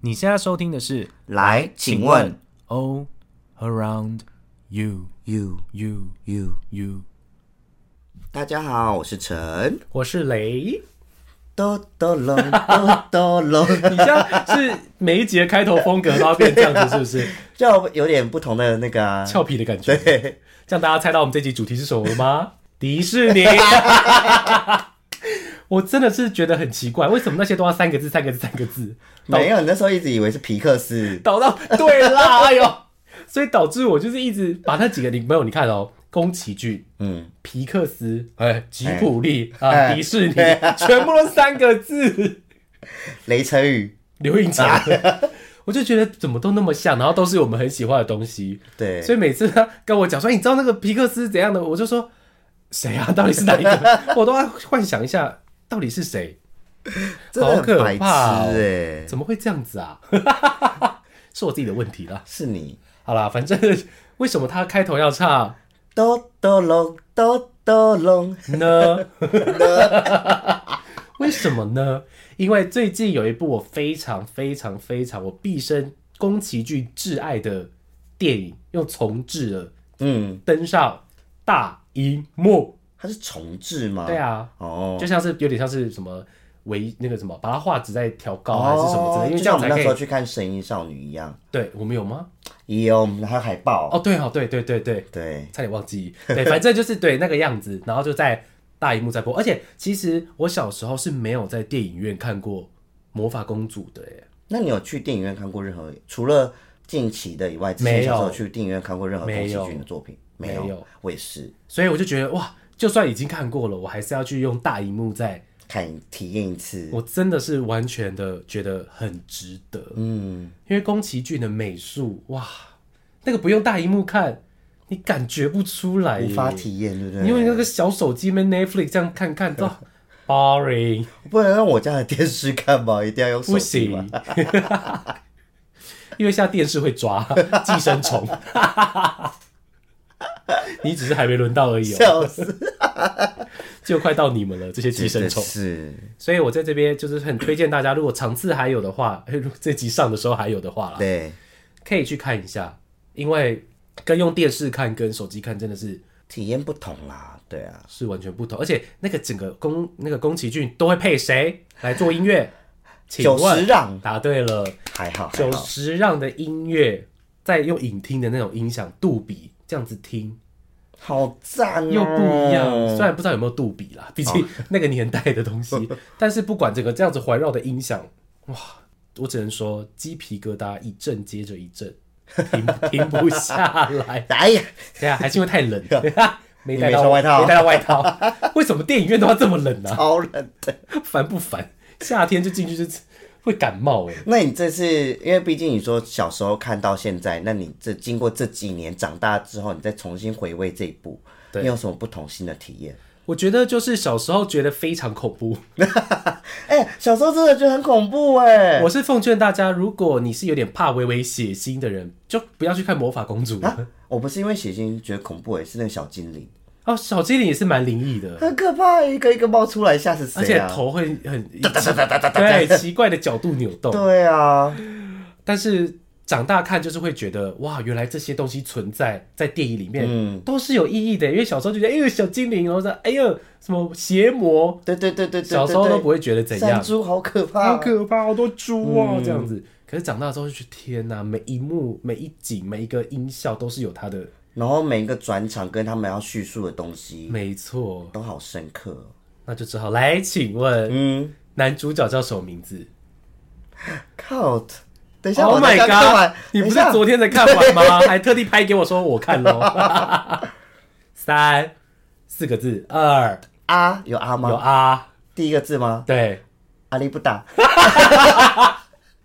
你现在收听的是，来，请问 All Around You you You you， You，大家好，我是陈我是雷，哆哆隆哆 哆隆，你这样是每一集的开头风格都要变这样子，是不是？就有点不同的那个啊、俏皮的感觉，对，这样大家猜到我们这集主题是什么了吗？迪士尼。我真的是觉得很奇怪，为什么那些都要三个字、三个字、三个字，导没有，你那时候一直以为是皮克斯，导到对 啦，哎呦，所以导致我就是一直把那几个你没有，你看哦，宫崎骏、嗯，皮克斯、哎，吉卜力啊，哎迪士尼，全部都三个字，雷成宇，刘印强， 我就觉得怎么都那么像，然后都是我们很喜欢的东西，对，所以每次他跟我讲说、哎你知道那个皮克斯怎样的，我就说谁啊？到底是哪一个？我都要幻想一下，到底是谁？真的好可很白痴怕哦哎、怎么会这样子啊？是我自己的问题啦。是你好啦，反正为什么他开头要唱哆哆隆哆哆隆，呢？为什么呢？因为最近有一部我非常非常非常我毕生宫崎骏挚爱的电影，又重置了，嗯，登上大荧幕。它是重置吗？对，啊，哦，就像是有点像是什么微那个什么，把它画质再调高还是什么之类，哦因为就这像样我才们那可时候以。去看《神医少女》一样，对我们有吗？也有我们还有海报，哦，对哦，对对对对，对，差点忘记。对，反正就是对那个样子，然后就在大荧幕在播。而且其实我小时候是没有在电影院看过《魔法公主》的耶，那你有去电影院看过任何除了近期的以外，之前没有小时候去电影院看过任何宫崎没骏有的作品？没有我也是所以我就觉得哇，就算已经看过了，我还是要去用大荧幕在。看体验一次。我真的是完全的觉得很值得，嗯，因为宫崎骏的美术哇，那个不用大荧幕看，你感觉不出来耶，无法体验，对不对？因为那个小手机们 Netflix 这样看看到 boring 不能让我家的电视看吧，一定要用手不机吧行。， 因为现在电视会抓寄生虫， 你只是还没轮到而已哦，笑死，就快到你们了这些寄生虫，是所以我在这边就是很推荐大家，如果场次还有的话， 如果这集上的时候还有的话啦，对，可以去看一下，因为跟用电视看跟手机看真的是体验不同啦，对啊，是完全不同，而且那个整个宫那个宫崎骏都会配谁来做音 乐？请九问十让答对了，还好，还九好，十让的音乐，再用影厅的那种音响杜比这样子听好赞哦，又不一样，虽然不知道有没有杜比啦，毕竟那个年代的东 西，但是不管整个这样子环绕的音响，哇，我只能说鸡皮疙瘩一阵接着一阵，停停不下来。哎呀，对啊，还是因为太 冷，没带没到穿外套没带到外套。为什么电影院都要这么冷呢、超冷的。 烦不烦？夏天就进去就是会感冒哎、那你这次，因为毕竟你说小时候看到现在，那你这经过这几年长大之后，你再重新回味这一部，对你有什么不同新的体验？我觉得就是小时候觉得非常恐怖。哎、小时候真的觉得很恐怖哎、我是奉劝大家，如果你是有点怕微微血腥的人，就不要去看《魔法公主》了。啊，我不是因为血腥觉得恐怖哎、是那个小精灵，哦，小精灵也是蛮灵异 的，很可怕，一个一个冒出来，吓死而谁且啊？头会很哒哒哒哒哒哒对奇怪的角度扭动。对啊，但是长大看就是会觉得哇，原来这些东西存在在电影里面，嗯都是有意义的。因为小时候就觉得，哎呦小精灵，然后说，哎呦什么邪魔，对对对对对对，小时候都不会觉得对嗯怎山样，猪好可怕，好可怕，好多猪哦、这样子。可是长大之后就觉得天哪，每一幕、每一景、每一个音效都是有它的，然后每一个转场跟他们要叙述的东西没错。都好深刻哦，那就只好来，请问嗯男主角叫什么名字靠，等一下？Oh 我才 my 刚看完 god！，你不是等一下昨天才看完吗？还特地拍给我说我看喽。 三四个字，二啊有啊有吗？啊，第一个字吗？对，阿里不 打。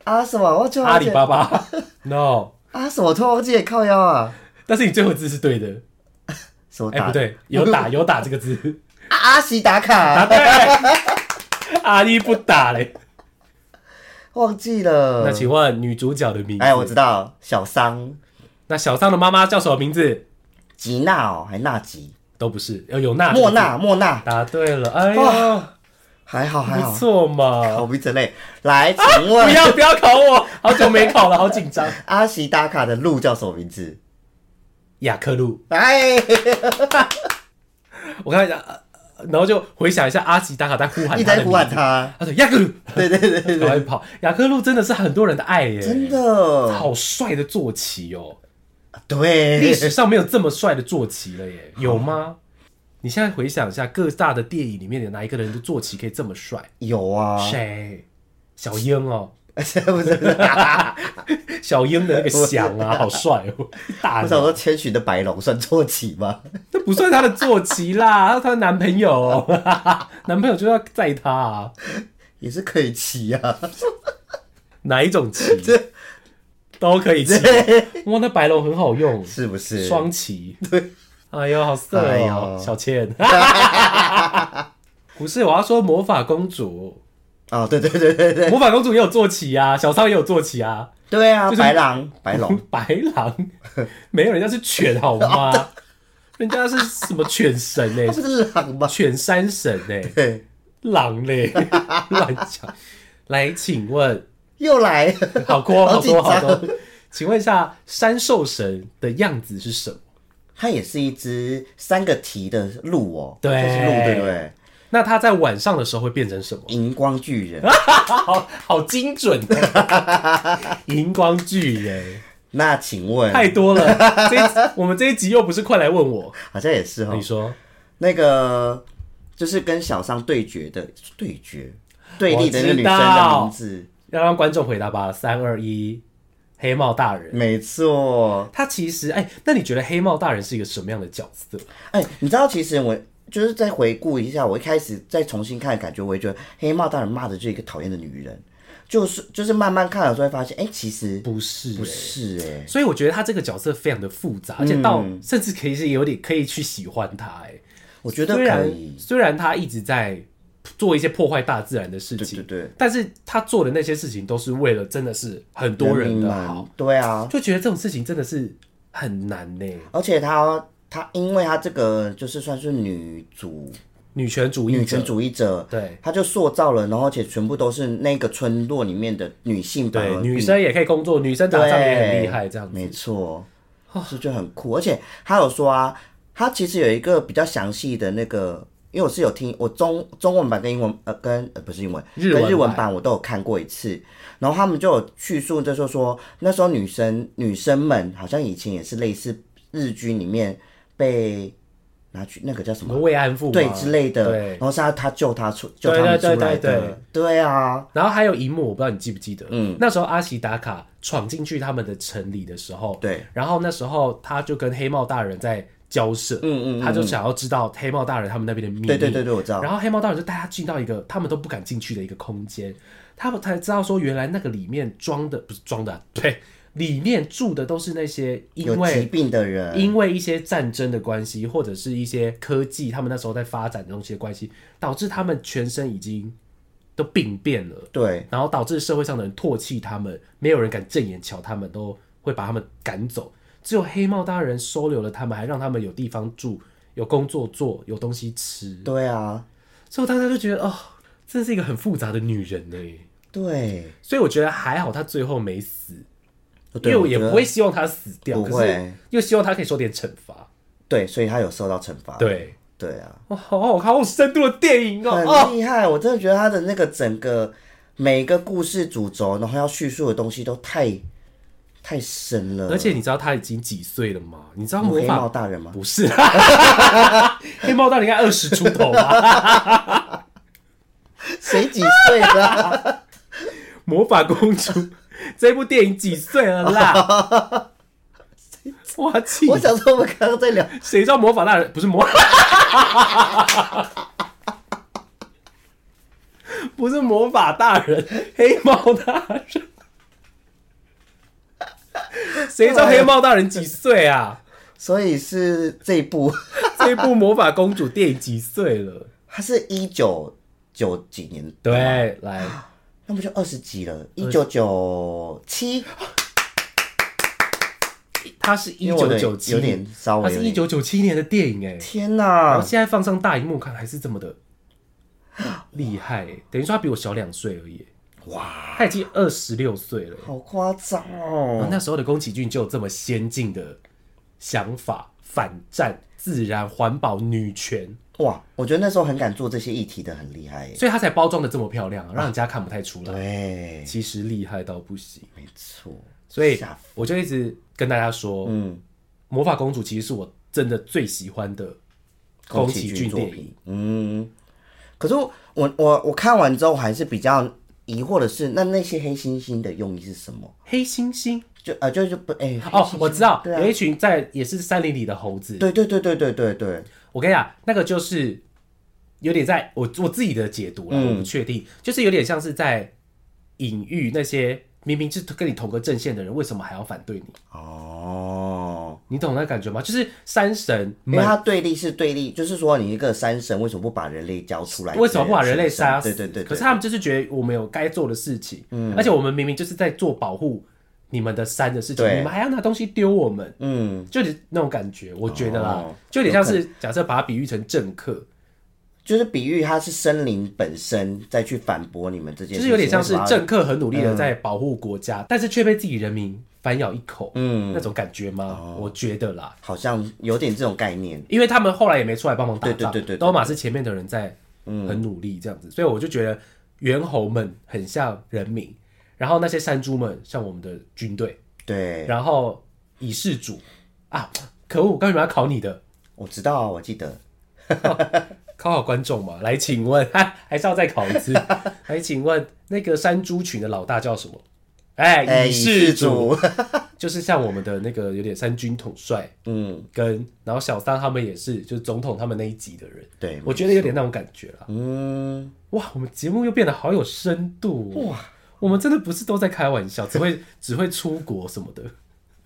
啊什么？我突然阿忘记里巴巴，no。 啊什么？我突然忘记靠腰啊？但是你最后一字是对的，什么哎、打？不对，有打有打这个字，啊阿西打卡，答对。阿里不打嘞。忘记了。那请问女主角的名字？哎，我知道，小桑那小桑的妈妈叫什么名字？吉娜哦，还纳吉，都不是，有有娜，莫，娜，莫娜，答对了。哎哇呦，还好还不好，错嘛。口鼻子累。来，请 不问、要不要考我，好久没考了，好紧张。阿喜打卡的鹿叫什么名字？雅克路，哎，我看一下，呃呃然后就回想一下阿吉达卡在呼喊他你的在名呼字喊，他，他说雅克路，对对 对对赶快对，跑。雅克路真的是很多人的爱耶，真的，好帅的坐骑哦，历对，史上没有这么帅的坐骑了耶，有吗？ 你现在回想一下，各大的电影里面有哪一个人的坐骑可以这么帅？有啊，谁？小鹰哦，是 不是？小鹰的那个翔啊，好帅哦，大我想鸟说，千寻的白龙算坐骑吗？ 那不算她的坐骑啦，她是她的男朋友， 男朋友就要载她啊，也是可以骑啊，哪一种骑 这都可以骑。哇，那白龙很好用，是不是？双骑。对，哎呦，好色哎哦，呦小 倩。不是，我要说魔法公主，哦，对对对对对魔法公主也有坐骑啊，小仓也有坐骑啊，对啊，就是白狼 白龙白狼 没有，人家是犬好吗？人家是什么犬神呢、哦他不是狼吗？犬山神呢、对，狼 嘞，乱讲。来，请问，又来， 好多好好紧多张好多，请问一下，山兽神的样子是什么？它也是一只三个蹄的鹿哦，对就是鹿对不对？那它在晚上的时候会变成什么？荧光巨啊人，好 好精准哦 荧光巨人那请问，太多 了。这一集我们这一集又不是快来问我，好像也是哦你，说那个就是跟小商对决的对决对立的那个女我生知道的名字，要让观众回答吧？三二一，黑帽大人。没错。他其实哎、那你觉得黑帽大人是一个什么样的角色？哎、你知道，其实我就是再回顾一下，我一开始再重新看，感觉我也觉得黑帽大人骂的就是一个讨厌的女人，就是就是慢慢看了之后会发现，哎、其实不是、不哎是哎、所以我觉得他这个角色非常的复杂，嗯而且到甚至可以是有点可以去喜欢他、哎，我觉得虽可然以，虽然他一直在做一些破坏大自然的事情，对对对但是他做的那些事情都是为了真的是很多人民的嘛好，，对啊，就觉得这种事情真的是很难呢、而且他他因为他这个就是算是女主女权主义者女权主义者，对他就塑造了，然后而且全部都是那个村落里面的女性版对而女生也可以工作，女生打对，仗也很厉害，这样子。没错，是就很酷。而且他有说啊，他其实有一个比较详细的那个，因为我是有听我中中文版跟英文呃跟呃不是英文，日文版跟日文版我都有看过一次。然后他们就有叙述，就是说那时候女生女生们好像以前也是类似日军里面被拿去那个叫什什么么慰安妇嘛对之类的，啊对然。后是他他救他出救对他们出对来对对的，对对啊，然后还有一幕，我不知道你记不记得，嗯，那时候阿奇达卡闯进去他们的城里的时候，对，然后那时候他就跟黑帽大人在交涉，嗯嗯嗯他就想要知道黑帽大人他们那边的秘密，对对对对，我知道，然后黑猫大人就带他进到一个他们都不敢进去的一个空间，他们才知道说原来那个里面装的不是装的啊，对，里面住的都是那些因嗯有疾为病的人，因为一些战争的关系，或者是一些科技他们那时候在发展的东西的关系，导致他们全身已经都病变了，对然后导致社会上的人唾弃他们，没有人敢正眼瞧他们，都会把他们赶走。只有黑帽大人收留了他们，还让他们有地方住、有工作做、有东西吃。对啊，所以我当时就觉得，哦，真是一个很复杂的女人呢。对。所以我觉得还好，她最后没死，因哦对为我也觉得不会希望她死掉，不可是会又希望她可以受点惩罚。对，所以他有受到惩罚。对，对啊，哇，哦好好看，好有深度的电影哦！哦，很厉害，我真的觉得他的那个整个每个故事主轴，然后要叙述的东西都太太深了。而且你知道她已经几岁了吗？你知道你魔黑帽法大人吗？不是 黑猫大人应该二十出头吧？ 谁几岁啊了、魔法公 主这部电影几岁了啦？哇，气我想说，我们刚刚在聊，谁知道魔法大人不是魔？ 不是魔法大人，黑猫大人。谁知道黑猫大人几岁啊？所以是这一 部，这部魔法公主电影几岁了？它是一九九几年的 吗，对，来，那不就二十几了？一九九七，它是一因为我九的九七，有点稍微它有是一点九九七年的电影哎、天然哪 后！现在放上大荧幕看还是这么的厉害欸，等于说他比我小两岁而已。哇，他已经二十六岁了。好夸张然哦！后那时候的宫崎骏就有这么先进的想法，反战、自然、环保、女权，哇，我觉得那时候很敢做这些议题的，很厉害耶。所以他才包装的这么漂亮、啊，让人家看不太出来。对，其实厉害到不行，没错。所以吓死我就一直跟大家说，嗯，魔法公主》其实是我真的最喜欢的宫崎骏作电影。品，嗯。可是我我我我看完之后还是比较疑惑的是，那那些黑猩猩的用意是什么？黑猩猩就呃就就不哎、哦，我知道，对啊有一群在也是山林里的猴子。对对对对对对对，我跟你讲，那个就是有点在我我自己的解读了，嗯我不确定，就是有点像是在隐喻那些明明是跟你同个阵线的人，为什么还要反对你？哦，你懂那感觉吗？就是山神因为们它对立是对立，就是说你一个山神为什么不把人类交出来？为什么不把人类杀死？对对对对，嗯可是他们就是觉得我们有该做的事情，而且我们明明就是在做保护你们的山的事情，对你们还要拿东西丢我们，嗯，就是那种感觉，我觉得啦，哦就有点像是假设把它比喻成政客，就是比喻它是森林本身再去反驳你们这件就事情，是有点像是为什么政客很努嗯力的在保护国家，但是却被自己人民反咬一口，嗯，那种感觉吗？哦我觉得啦，要好像有点这种概念，因为他们后来也没出来帮忙打对仗，对对对对嗯都嘛是前面的人在很努力这样子，所以我就觉得猿猴们很像人民，然后那些山猪们像我们的军队，对，然后以示主啊，可恶，我刚才要考你的，我知道啊，我记得，考好观众嘛，来，请问，哈还是要再考一次？ 来，请问那个山猪群的老大叫什么？哎、哎，以示世主，主， 就是像我们的那个有点三军统帅，嗯，跟然后小三他们也是，就是总统他们那一级的人，对，我觉得有点那种感觉啦。嗯，哇，我们节目又变得好有深度、哇！我们真的不是都在开玩笑，只会 只会出国什 么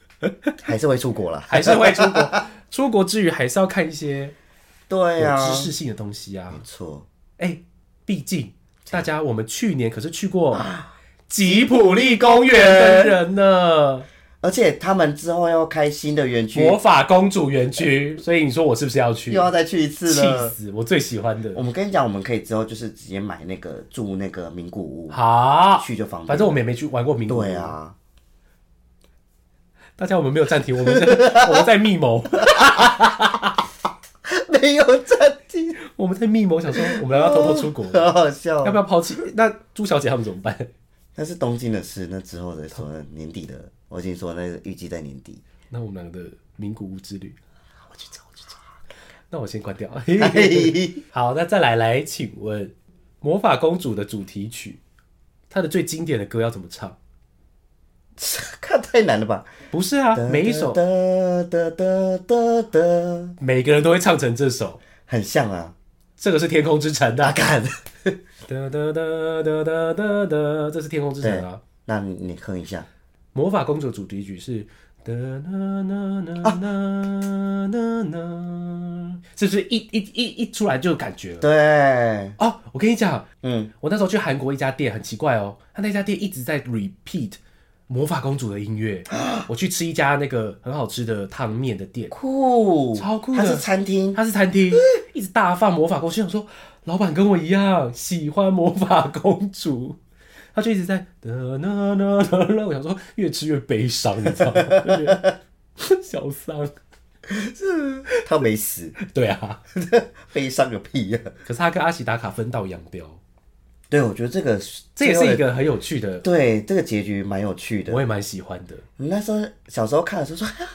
的，还是会出国啦，还是会出国。出国之余，还是要看一些对有啊，知识性的东西啊没。错，哎、毕竟大家我们去年可是去过啊吉普力公园的人呢，而且他们之后要开新的园区，魔法公主园区，所以你说我是不是要去又？要再去一次气了。死！我最喜欢的我。们跟你讲，我们可以之后就是直接买那个住那个名古屋，好，去就方便。反正我们也没去玩过名古屋对。啊， 大家我们没有暂停，我们在 我们在密谋，没有暂停，我们在密谋，想说我们要不要偷偷出 国，好好笑哦要。不要抛弃？那朱小姐他们怎么办？ 那是东京的事，那之后的说年底的，我已经说那个预计在年 底。那我们两个的名古屋之旅，我去找，我去找。那我先关掉。 嘿嘿嘿嘿嘿嘿好，那再来来，请问《魔法公主》的主题曲，它的最经典的歌要怎么唱？看太难了吧？不是啊，每一首哒哒哒哒哒，每个人都会唱成这首，很像啊。这个是《天空之城》的阿啊。干， 哒哒哒哒哒哒哒，这是《天空之城》啊。那你你哼一下，魔法公主主题曲是哒啦啦啦啦啦啦，是不是一一一一出来就有感觉了？对，哦，我跟你讲，嗯，我那时候去韩国一家店，很奇怪哦，他那家店一直在 repeat 魔法公主的音 乐。我去吃一家那个很好吃的烫面的店，酷，超酷的它是餐厅，它是餐厅，一直大放魔法公主，我想说老板跟我一样喜欢魔法公主，他就一直在哒啦啦啦啦，我想说越吃越悲伤，你知道吗？就觉得小桑，他没死， 对啊，悲伤个屁呀、可是他跟阿喜达卡分道扬镳，对，我觉得这个这也是一最后的个很有趣的，对这个结局蛮有趣的。我我也蛮喜欢的。们那时候小时候看的时候说， 啊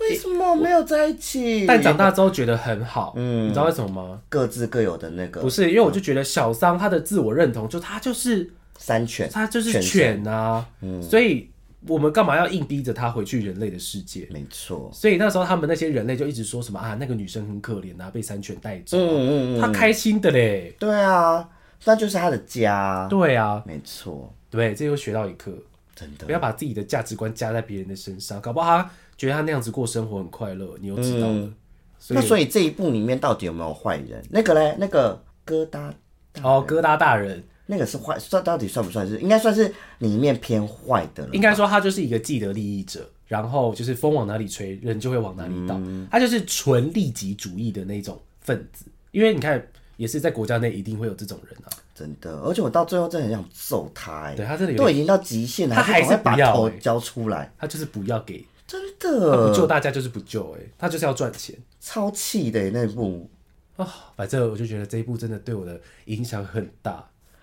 为什么没有在一起？但长大之后觉得很好，嗯，你知道为什么吗？各自各有的那不个是，因为我就觉得小桑他的自我认同，就他就是三犬，他就是犬犬啊，嗯所以我们干嘛要硬逼着他回去人类的世界？没错，所以那时候他们那些人类就一直说什么啊，那个女生很可怜啊，被山犬带走啊、嗯嗯嗯，她开心的嘞。对啊，那就是他的家，对啊，没错，对，这又学到一课，真的不要把自己的价值观加在别人的身上，搞不好他觉得他那样子过生活很快乐，你又知道了。所那以所以这一部里面到底有没有坏人？那个嘞，那个疙瘩，哦，疙瘩大人那个是坏，算到底算不算是？应该算是里面偏坏的了。应该说他就是一个既得利益者，然后就是风往哪里吹，人就会往哪里倒，他就是纯利己主义的那种分子。因为你看，也是在国家内一定会有这种人啊。真的，而且我到最后真的很想揍他、欸，对他真的有都点，已经到极限了，他还还赶是快把不要头欸交出来，他就是不要给，真他不救的大家就是不救、哎，他就是要赚钱超气的欸那一部。啊、反正我就觉得这一部真的对我的影响很大，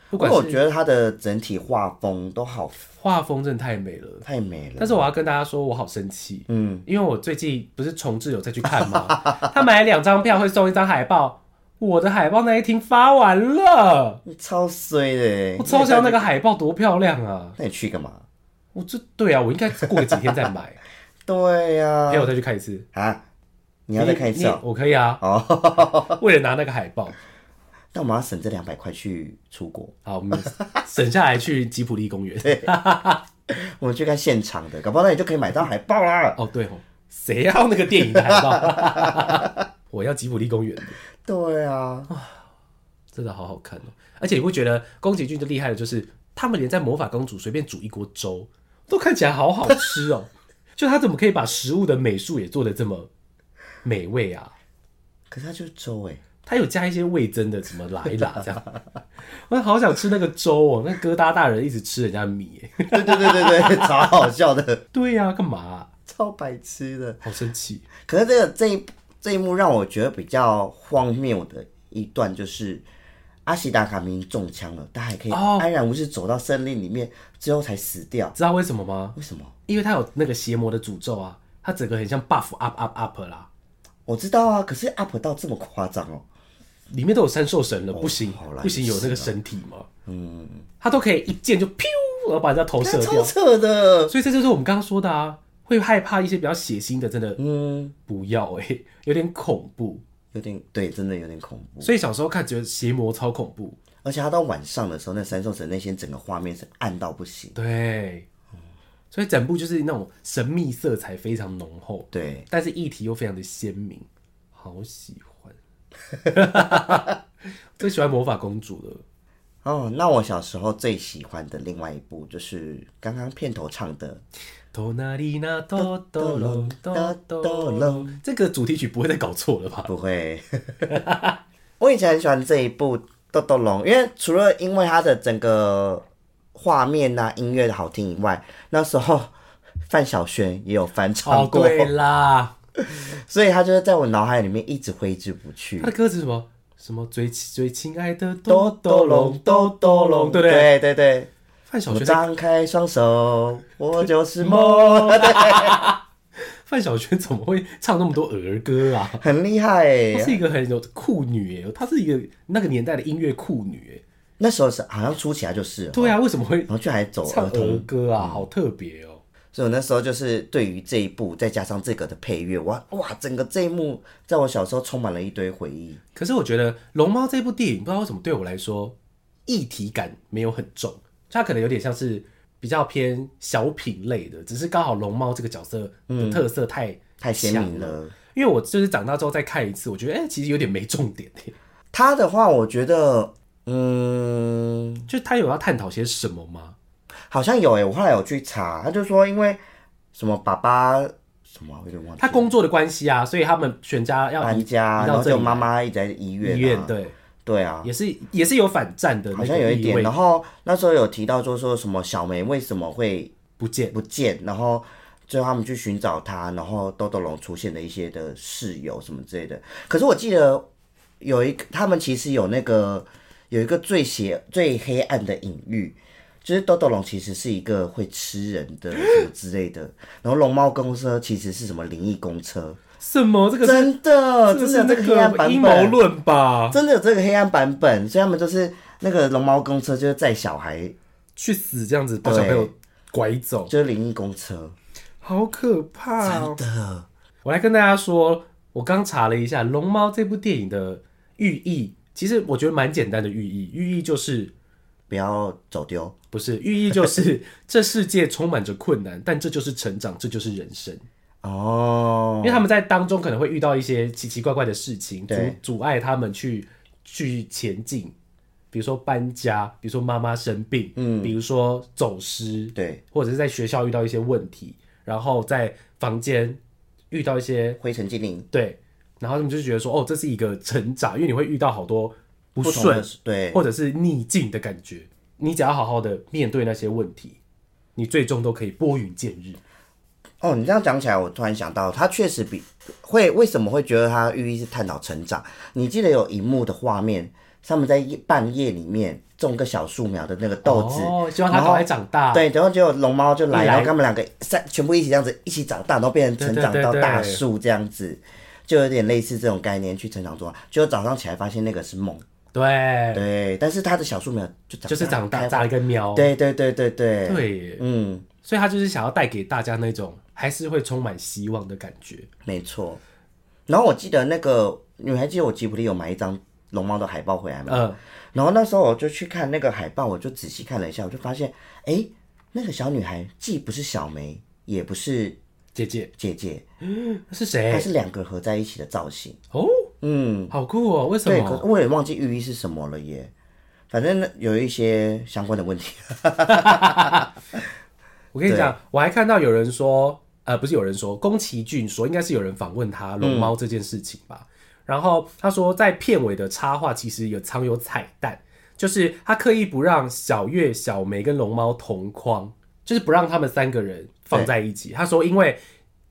不不管过我是觉得他的整体画风都好画风真的太美了。太美了但，是我要跟大家说，我好生气，嗯，因为我最近不是重置有再去看吗？他买了两张票会送一张海报，我的海报那一天发完了，超衰的欸我。超想要那个海报多漂亮啊！那你去干嘛？我这对啊，我应该过个几天再 买，对呀陪我再去看一次。啊，你要再看一次哦。你我可以啊，为了拿那个海报，但我们要省这两百块去出国，好，我们省下来去吉普力公园。我们去看现场的，搞不好那你就可以买到海报啦。哦，对哦，谁要那个电影的海报？ 我要吉普力公园的，对啊，真的好好看哦。而且你会觉得宫崎骏的厉害的就是，他们连在魔法公主随便煮一锅粥，都看起来好好吃 哦。就他怎么可以把食物的美术也做得这么美味啊？可是它就是粥哎，他有加一些味增的，什么来啦这样。我好想吃那个粥哦，那疙瘩大人一直吃人家的米耶。对对对对 对，超好笑的，对呀、干嘛啊、超白痴的。好生气。可是这个这一这一幕让我觉得比较荒谬的一段就是。阿西达卡明明中枪了，但还可以哦安然无事走到森林里面，之后才死掉，知道为什么吗？为什么？因为他有那个邪魔的诅咒啊，他整个很像 buff up up up 啦，我知道啊，可是 up 到这么夸张哦，里面都有三兽神了，不行好啦啊不行，有那个神体嘛，嗯，他都可以一箭就飘，然后把人家头射超掉。扯的，所以这就是我们刚刚说的啊，会害怕一些比较血腥的，真的嗯，不要哎、欸 有点恐怖。有点对，真的有点恐怖。所以小时候看觉得邪魔超恐怖，而且他到晚上的时候，那三兽神那些整个画面是暗到不行。对，所以整部就是那种神秘色彩非常浓厚，对，但是议题又非常的鲜明，好喜欢。 最喜欢魔法公主了，哦，那我小时候最喜欢的另外一部就是刚刚片头唱的，哆那里那哆哆隆哆哆隆，这个主题曲不会再搞错了吧？不会。 我以前很喜欢这一部《豆豆龙》，因为除了因为它的整个画面呐、音乐的好听以外，那时候范晓萱也有翻唱哦，过，对啦，所以他就是在我脑海里面一直挥之不去它的。歌词是什么什么最亲最亲爱的哆哆哆哆隆龙，哆哆哆哆隆，龙，对不对？对对范晓我萱在张开双手，我就是梦。 对，范晓萱怎么会唱那么多儿歌啊？很厉害她耶。是一个很有酷女耶，她是一个那个年代的音乐酷女耶。那时候是好像初期他就是，对啊，为什么会然后却还走唱儿儿童，嗯歌啊？好特别哦。所以我那时候就是对于这一部，再加上这个的配乐，哇哇，整个这一幕在我小时候充满了一堆回忆。可是我觉得《龙猫》这部电影，不知道为什么对我来说，议题感没有很重，它可能有点像是比较偏小品类的，只是刚好龙猫这个角色的特色太、嗯太鲜强明了。了。因为我就是长大之后再看一次，我觉得哎、其实有点没重点、欸，他的话，我觉得，嗯，就是他有要探讨些什么吗？好像有诶，欸我后来有去查，他就说因为什么爸爸什么，啊我有点忘记他了，工作的关系啊，所以他们全家要搬移家，移然到后这就里妈妈一直在医来院、啊，医院，对，对啊，也是也是有反战的那好个像有一意点。哦味然后那时候有提到，就是说什么小梅为什么会不见，不见，然后最后他们去寻找她，然后豆豆龙出现的一些的室友什么之类的。可是我记得有一个，他们其实有那个有一个最邪、最黑暗的隐喻。就是豆豆龙其实是一个会吃人的什么之类的，然后龙猫公车其实是什么灵异公车，什么这个是真的，真的是有这个黑暗那个版阴谋本，论吧？真的有这个黑暗版本，所以他们就是那个龙猫公车就是载小孩去死这样子把小朋友拐走，就是灵异公车，好可怕、哦！的我来跟大家说，我刚查了一下《龙猫》这部电影的寓意，其实我觉得蛮简单的寓意，寓意就是不要走丢。不是寓意就是 这世界充满着困难，但这就是成长，这就是人生。哦因为，他们在当中可能会遇到一些奇奇怪怪的事情，阻对阻碍他们去去前进，比如说搬家，比如说妈妈生病，嗯，比如说走失，对，或者是在学校遇到一些问题，然后在房间遇到一些灰尘精灵，对，然后他们就觉得说，哦，这是一个成长，因为你会遇到好多不不同顺的，对或者是逆境的感觉。你只要好好的面对那些问题，你最终都可以拨云见日。哦，你这样讲起来，我突然想到，他确实比会为什么会觉得他寓意是探讨成长？你记得有一幕的画面，他们在夜半夜里面种个小树苗的那个豆子，哦，希望他赶快长大。对，然后结果龙猫就来，一来然后他们两个三全部一起这样子一起长大，然后变成成长对对到对大树这样子，就有点类似这种概念去成长中。结果早上起来发现那个是梦，对，对，但是它的小树苗就长 就是长大开长一个苗。对对对对对，对耶，嗯，所以他就是想要带给大家那种还是会充满希望的感觉。没错。然后我记得那个，你还记得我吉普力有买一张龙猫的海报回来吗？嗯，然后那时候我就去看那个海报，我就仔细看了一下，我就发现，哎，那个小女孩既不是小梅，也不是姐姐姐姐，是它谁？是两个合在一起的造型。哦，嗯，好酷哦！为什对，可么？是我也忘记寓意是什么了耶。反正呢有一些相关的问题，我跟你讲，我还看到有人说，呃，不是有人说，宫崎骏说，应该是有人访问他龙猫这件事情吧。然后他说，在片尾的插画其实有藏有彩蛋，就是他刻意不让小月、小梅跟龙猫同框，就是不让他们三个人放在一起。他说，因为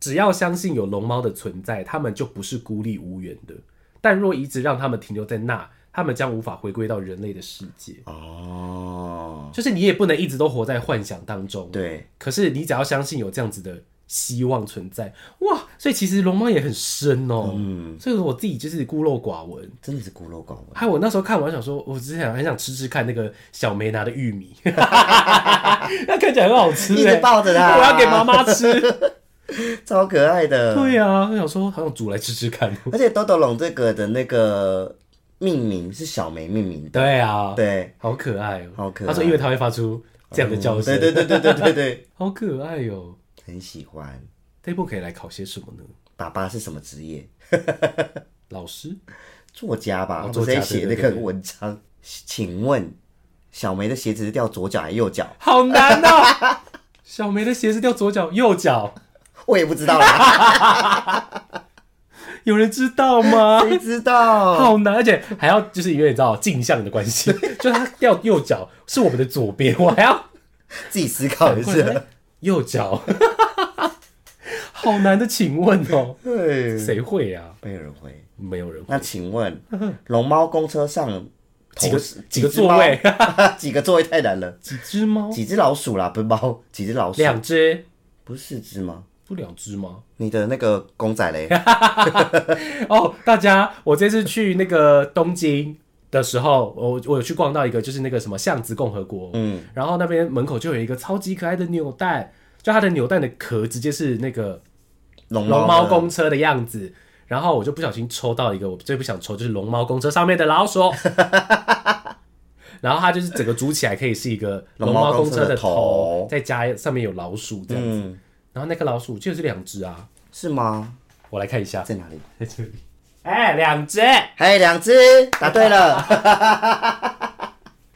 只要相信有龙猫的存在，他们就不是孤立无援的。但若一直让他们停留在那，他们将无法回归到人类的世界。哦，就是你也不能一直都活在幻想当中。对，可是你只要相信有这样子的希望存在，哇！所以其实龙猫也很深哦、嗯，所以我自己就是孤陋寡闻。真的是孤陋寡闻。还有我那时候看完想说，我只是想很想吃吃看那个小梅拿的玉米，那看起来很好吃、欸，一直抱着它我要给妈妈吃。超可爱的。对啊，我想说好想煮来吃吃看。哦而且豆豆龙这个的那个命名是小梅命名的，对啊，，对，好可爱哦、好可爱哦他说因为它会发出这样的叫声，嗯对对对对对 对对，好可爱哦、很喜欢。这一部可以来考些什么呢？爸爸是什么职业？老师，作家吧，哦我作在家写那对对个对对文章。请问小梅的鞋子是掉左脚还是右脚？好难哦、小梅的鞋是掉左脚、右脚，我也不知道啦， 有人知道吗？谁知道？好难，而且还要就是因为你知道镜像的关 系，就是它掉右脚是我们的左边，我还要自己思考一下。右脚，好难的，请问哦、对，谁会啊？贝尔回。没有人会那请问，龙猫公车上嗯几个同时几个只猫 座位？几个座位太难了。几只猫？几只老鼠啦，不是猫，几只老鼠？两只？不是四只吗？不两只吗？你的那个公仔 嘞？哦，大家，我这次去那个东京的时候，我我有去逛到一个就是那个什么巷子共和国，嗯，然后那边门口就有一个超级可爱的扭蛋，就它的扭蛋的壳直接是那个龙龙猫猫的公车的样子。然后我就不小心抽到一个我最不想抽，就是龙猫公车上面的老 鼠。然后它就是整个组起来可以是一个龙龙猫猫公公车车的的头头，再加上面有老鼠这样子。嗯，然后那个老鼠就是两只啊，是吗？我来看一下，在哪里？在这里。哎，两只，还有两只，答 对了。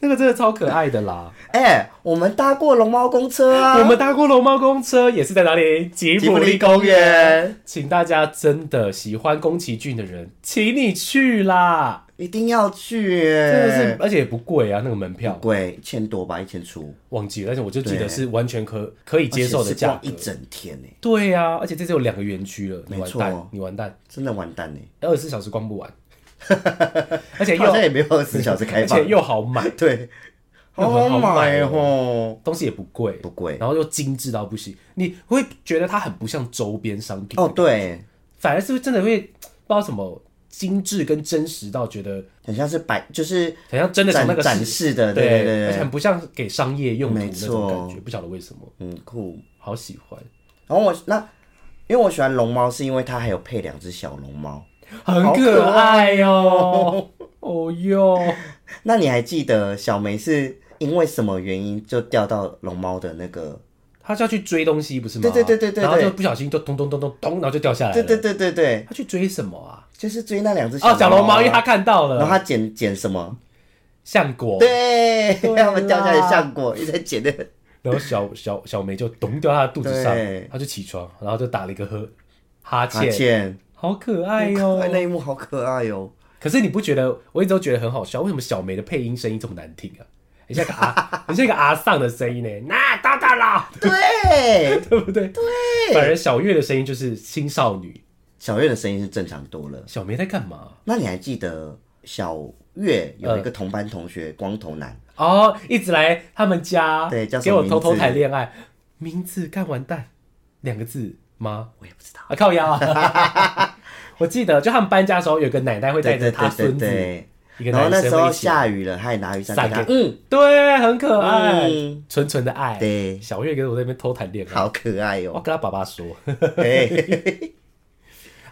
那个真的超可爱的啦。哎、我们搭过龙猫公车啊，我们搭过龙猫公车，也是在哪里？吉吉卜卜力力公公园。园请大家真的喜欢宫崎骏的人，请你去啦！一定要去、真的是耶，，而且也不贵啊，那个门票贵一千多吧，一千出，忘记了，而且我就记对得是完全可可以接受的而且是价逛格一。整天呢、对呀、啊，而且这次有两个园区了，你没完错蛋，你完蛋，真的完蛋呢、二十四小时逛不 完，而且好像又也没有二十四小时开而放且，又好买， 对，又很好买哦，东西也不贵，不贵然后又精致到不行，你会觉得它很不像周边商品哦，对，反而是真的会不知道什么精致跟真实到觉得很像是摆，就是很像真的从那个展展示的对对对对而且很不像给商业用途没那种感错觉，不晓得为什么，嗯酷。好喜欢，然后我那，因为我喜欢龙猫，是因为它还有配两只小龙猫。很好可可爱哦、哦哟，那你还记得小梅是因为什么原因就掉到龙猫的那个？他是要去追东西不是吗？对对对对对然后对就不小心就咚咚咚咚咚，然后就掉下来了。对对，对对对，他去追什么啊？就是追那两只哦，小龙猫啊，猫，因为他看到然后了它捡捡什么？橡果，对，对啦他们掉下来橡果，一直在捡那个。然后小小小梅就咚掉他的肚子上对，他就起床，然后就打了一个呵哈哈欠，欠，好可爱好哟、哎可爱那一幕好可爱哦。可是你不觉得？我一直都觉得很好笑，为什么小梅的配音声音这么难听啊？很像一个阿， 很像一个阿丧的声音呢。那大大啦，对， 对不对？对。反而小月的声音就是青少女。小月的声音是正常多了。小梅在干嘛？那你还记得小月有一个同班同学光头男？哦，一直来他们家，对叫什给么我偷偷名字谈恋爱，名字干完蛋，两个字吗？我也不知道。啊，靠腰 啊！我记得，就他们搬家的时候，有个奶奶会带着对对她对对孙子，对。一个然男后那时生会候一起玩下雨了，还拿雨伞伞给他，给哎嗯，对，很可爱嗯，纯纯、的爱。对小月跟我在那边偷谈恋爱，好可爱我 哦。跟他爸爸说，对，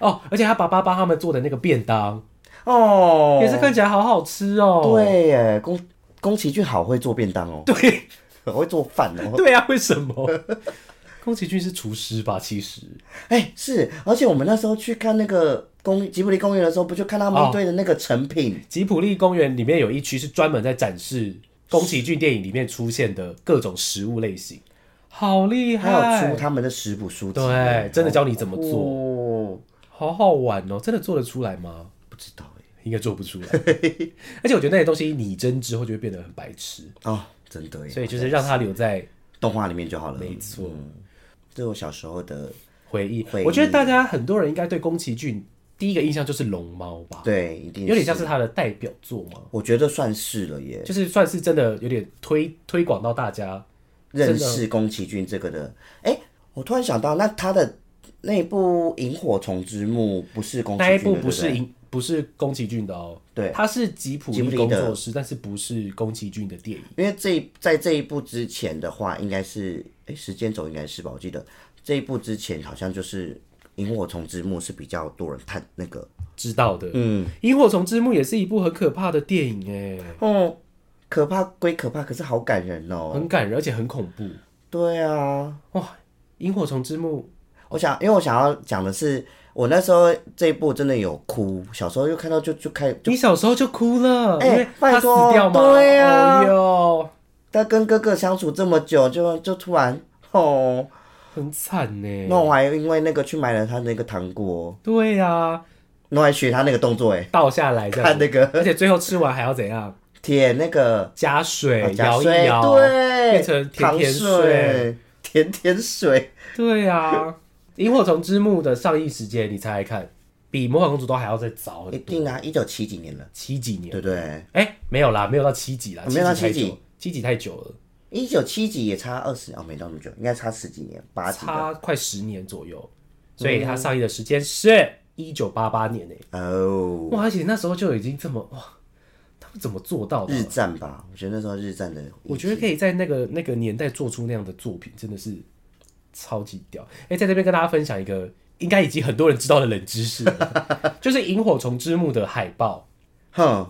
哦，而且他爸爸帮他们做的那个便当、哦，也是看起来好好吃哦。对耶，宫宫崎骏好会做便当哦，对 很会做饭哦。对啊，为什么？ 宫崎骏是厨师吧？其实哎，是，而且我们那时候去看那个公吉卜力公园的时候，不就看他哦们一堆的那个成品？吉普力公园里面有一区是专门在展示宫崎骏电影里面出现的各种食物类型，好厉害！还有出他们的食谱书籍，哎对，真的教你怎么做，做？好好玩哦！真的做得出来吗？不知道哎，应该做不 出来。而且我觉得那些东西拟真之后就会变得很白痴，哦，真的耶，所以就是让它留在动画里面就好了。嗯没错这是我小时候的，回忆。回忆我觉得大家很多人应该对宫崎骏第一个印象就是龙猫吧，对，一定有点像是他的代表作嘛，我觉得算是了耶，就是算是真的有点推推广到大家。认识宫崎骏这个的。哎、我突然想到，那他的那部《萤火虫之墓》不是宫崎那骏一的部不是对对银，不是宫崎骏的哦，对它是吉普吉卜力力工的作室，但是不是宫崎骏的电影。因为这一在这一部之前的话，应该是哎、时间轴应该是吧？我记得这一部之前好像就是《萤火虫之墓》是比较多人看那个，知道的，《嗯，萤火虫之墓》也是一部很可怕的电影，哎，哦，可怕归可怕，可是好感人哦。很感人，而且很恐怖。对啊，哇，《萤火虫之墓我想，因为我想要讲的是，我那时候这一部真的有哭，小时候就看到就就开》，你小时候就哭了，哎因为他拜死托掉嘛。对啊哎呦，他跟哥哥相处这么久，就就突然哦，嗯很惨呢。那我还因为那个去买了他那个糖果，对呀，那我还学他那个动作，哎，倒下来这样看子，那个 而且最后吃完还要怎样？舔那个加水啊加摇一水摇，对，变成甜糖甜水水，甜甜水，对啊，《萤火虫之墓》的上映时间，你猜猜看，比《魔法公主》都还要再早一很多，定啊，一九七几年了，七几年？对不对？哎、没有啦，没有到七几啦，哦没有到七几太七几久，七几太久了，一九七几也差二十哦，没到那么久，应该差十几年，八几嗯吧差快十年左右，所以它上映的时间是一九八八年诶、哦，哇，而且那时候就已经这么哇，他们怎么做到的日啊？战吧，我觉得那时候日战的，我觉得可以在那个那个年代做出那样的作品，真的是超级屌！哎、在这边跟大家分享一个应该已经很多人知道的冷知识了， 就是《萤火虫之墓》的海报。哼，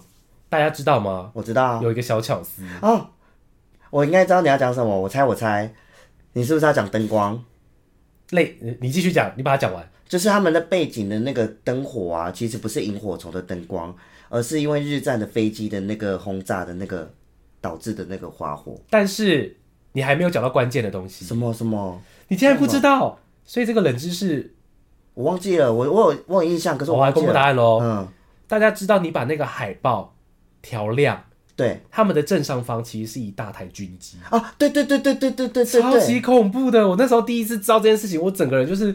大家知道吗？我知道啊，有一个小巧思，哦，我应该知道你要讲什么，我猜我猜，你是不是要讲灯光？类呃你继续讲，你把它讲完。就是他们的背景的那个灯火啊，其实不是萤火虫的灯光，而是因为日战的飞机的那个轰炸的那个导致的那个花火。但是你还没有讲到关键的东西，什么什么？你竟然不知道，所以这个冷知识，我忘记了，我我有我有印象，可是我来忘公记布了。答案喽。嗯，大家知道，你把那个海报调亮，对他们的正上方其实是一大台军机，啊，对对对对对对对对超级对，恐怖的。我那时候第一次知道这件事情，我整个人就是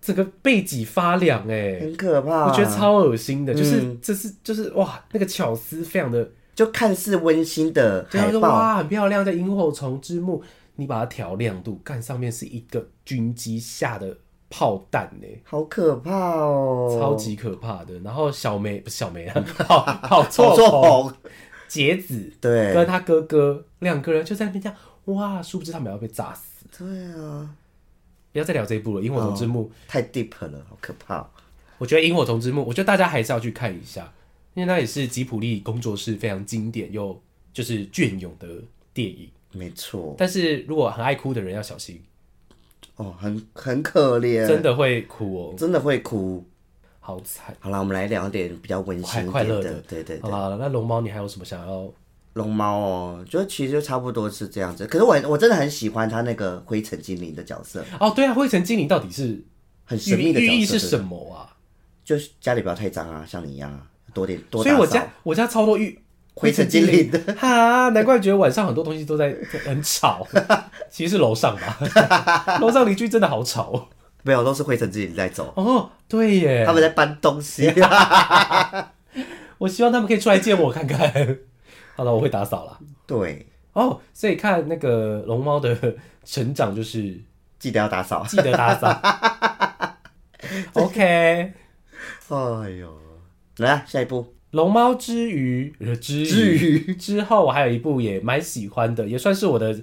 整个背脊发凉哎、很可怕。我觉得超恶心的，就是嗯这是就是哇，那个巧思非常的就看似温馨的就海他说报，哇，很漂亮，叫萤火虫之墓，你把它调亮度，看上面是一个军机下的炮弹呢、好可怕哦，超级可怕的。然后小梅不是小梅 啊，好好炒错作头红。杰子对跟他哥哥两个人就在那边这样，哇，殊不知他们要被炸死。对啊，不要再聊这一部了，《萤火虫之墓》太 deep 了，好可怕。我觉得《萤火虫之墓》，我觉得大家还是要去看一下，因为那也是吉普力工作室非常经典又就是隽永的电影。没错，但是如果很爱哭的人要小心，哦，很很可怜，真的会哭哦。真的会哭。好惨，好了，我们来聊点比较温馨快一快点乐的，对对好对。啦，那龙猫你还有什么想要？龙猫哦，就其实就差不多是这样子。可是我我真的很喜欢他那个灰尘精灵的角色，哦，对啊，灰尘精灵到底是很神寓秘的角色。寓意是对什么啊？就是家里不要太脏啊，像你一样啊，多点多所以打我扫家我家超多遇灰尘精灵的，哈，难怪觉得晚上很多东西都在很吵， 其实是楼上吧， 楼上邻居真的好吵哦没有，都是灰尘精灵在走，哦。对耶他，们在搬 东西。我希望他们可以出来见我看看。 好了，我会打扫了。对，哦，所以看那个龙猫的成长就是记得要打扫。记得打 扫。OK，哎呦，来啊下一步，龙猫之余，呃之之余之后，我还有一部也蛮喜欢的，也算是我的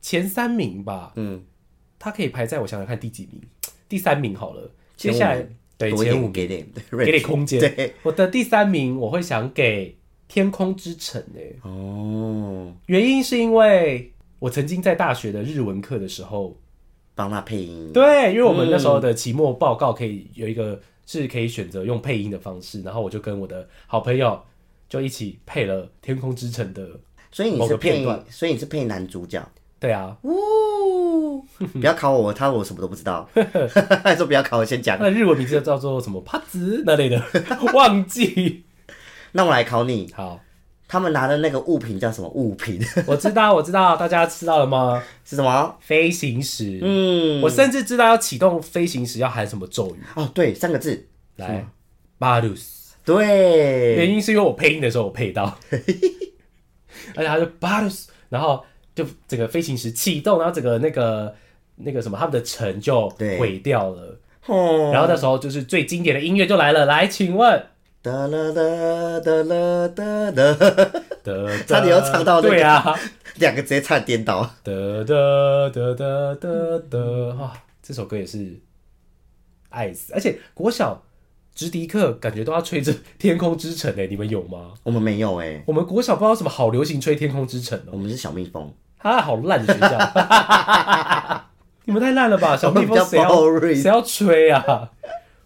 前三名吧。嗯，它可以排在我想想看第几名，第三名好了。接下前来对五名多一前五点名给点，给点对空间。对，我的第三名我会想给《天空之城》诶，哦，原因是因为我曾经在大学的日文课的时候，帮他配音。对，因为我们那时候的期末报告可以有一个是可以选择用配音的方式，然后我就跟我的好朋友就一起配了《天空之城》的，所以你某是个片配段，所以你是配男主角。对啊，嗯不要考我，他我什么都不 知道。还说不要考我，先讲它。的日文名字就叫做什么帕子那类的，忘记。那我来考你，好，他们拿的那个物品叫什么物品？ 我知道，我知道，大家知道了吗？是什么？飞行石，嗯，我甚至知道要启动飞行时要喊什么咒语。哦，对，三个字，来，Barus，原对，因是因为我配音的时候我配到， 而且他就 Barus，然后就整个飞行时启动，然后整个那个那个什么他们的城就对毁掉了。哦，然后那时候就是最经典的音乐就来了，来，请问，哒啦哒哒啦哒哒，得 差点要唱到那个对啊，两个直接差点颠倒。得得得得得得，哇，这首歌也是爱死，而且国小直笛课感觉都要吹着《天空之城》哎，你们有吗？我们没有哎、我们国小不知道什么好流行吹《天空之城》我哦，们是小蜜蜂，啊，好烂的学校， 你们太烂了吧？小蜜我们比较蜂谁要 boring 谁要吹啊？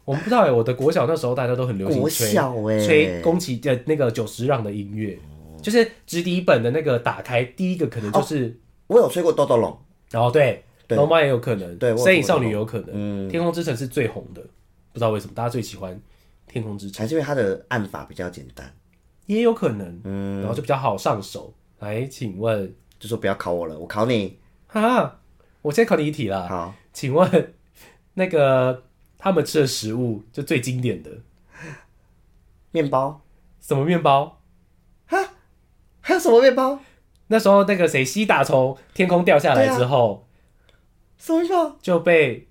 我们不知道哎，我的国小那时候大家都很流行国吹小哎吹宫崎的那个九十让的音乐，哦就是直笛本的那个打开第一个可能就是我有吹过豆豆龙，哦，对，对龙猫也有可能，对我有身影听过少女有可能，嗯天空之城是最红的，不知道为什么大家最喜欢天空之城，还是因为它的按法比较简单。也有可能，嗯然后就比较好上手。来，请问就说不要考我了，我考你。啊，我先考你一题啦，好，请问那个他们吃的食物就最经典的面包，什么面包？还有什么面包？那时候那个谁西达从天空掉下来对啊之后、什么面包？就被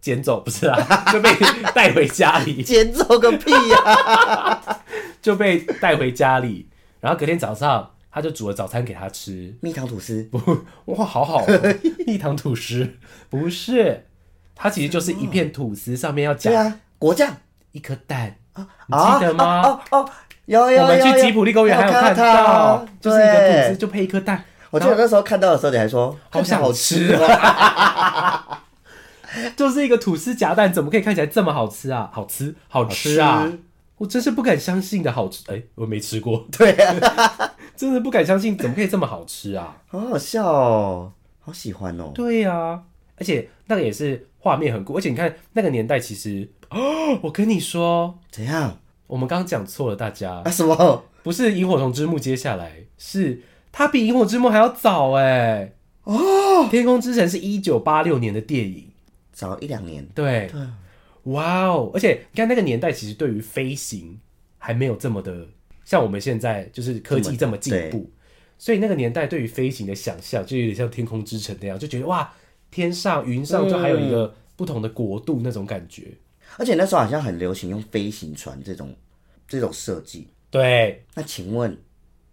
捡走，不是啊，就被带回家里。捡走个屁 呀、就被带回家里，然后隔天早上他就煮了早餐给他吃。蜜糖吐司，啊哇，好好、哦，蜜糖吐司不是，它其实就是一片吐司，上面要对加啊，果酱一颗蛋，你啊，记得吗？哦哦哦，有有有我们有去有吉普力公园还有我看到到，，就是一个吐司对。就配一颗蛋，我记得那时候看到的时候，你还说好想好吃啊哦。就是一个吐司夹蛋，怎么可以看起来这么好吃啊？好吃，好吃啊！好吃我真是不敢相信的好吃，哎、我没吃过，对啊， 真的不敢相信，怎么可以这么好吃啊？好好笑哦，好喜欢哦。对啊呀、而且那个也是画面很酷，而且你看那个年代其实， 哦，我跟你说，怎样我们刚刚讲错了，大家啊？什么？不是《萤火虫之墓》，接下来是它比《萤火之墓》还要早哎、哦，《天空之城》是一九八六年的电影，早一两年，对，哇哦！而且你看那个年代，其实对于飞行还没有这么的，像我们现在就是科技这么进这步，所以那个年代对于飞行的想象就有点像《天空之城》那样，就觉得哇，天上云上就还有一嗯个不同的国度那种感觉。而且那时候好像很流行用飞行船这种这种设计。对，那请问，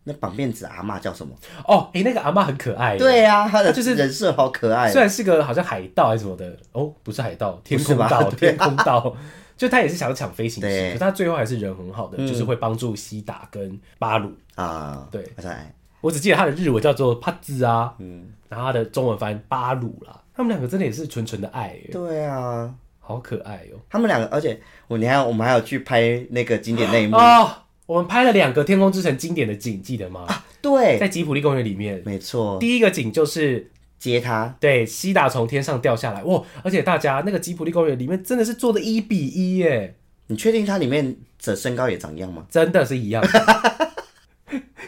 那绑辫子阿嬷叫什么？哦，诶、那个阿嬷很可爱。，对啊，她的就是 人设好可爱虽哦。然是个好像海盗还是什么的，哦，不是海盗，天是空吧盗， 对啊天空盗。就他也是想要抢飞行对嗯器，可他最后还是人很好的，就是会帮助西达跟巴鲁啊，对我在我只记得他的日文叫做帕兹啊，嗯，然后他的中文翻巴鲁啦。他们两个真的也是纯纯的爱耶，对啊，好可爱哦哟、他们两个，而且我你还有我们还有去拍那个经典那一幕，哦，我们拍了两个《天空之城》经典的景，记得吗？对，在吉普力公园里面，没错，第一个景就是接他，对西达从天上掉下来，哇！而且大家那个吉普力公园里面真的是做的一比一耶，你确定它里面的身高也长一样吗？真的是一 样的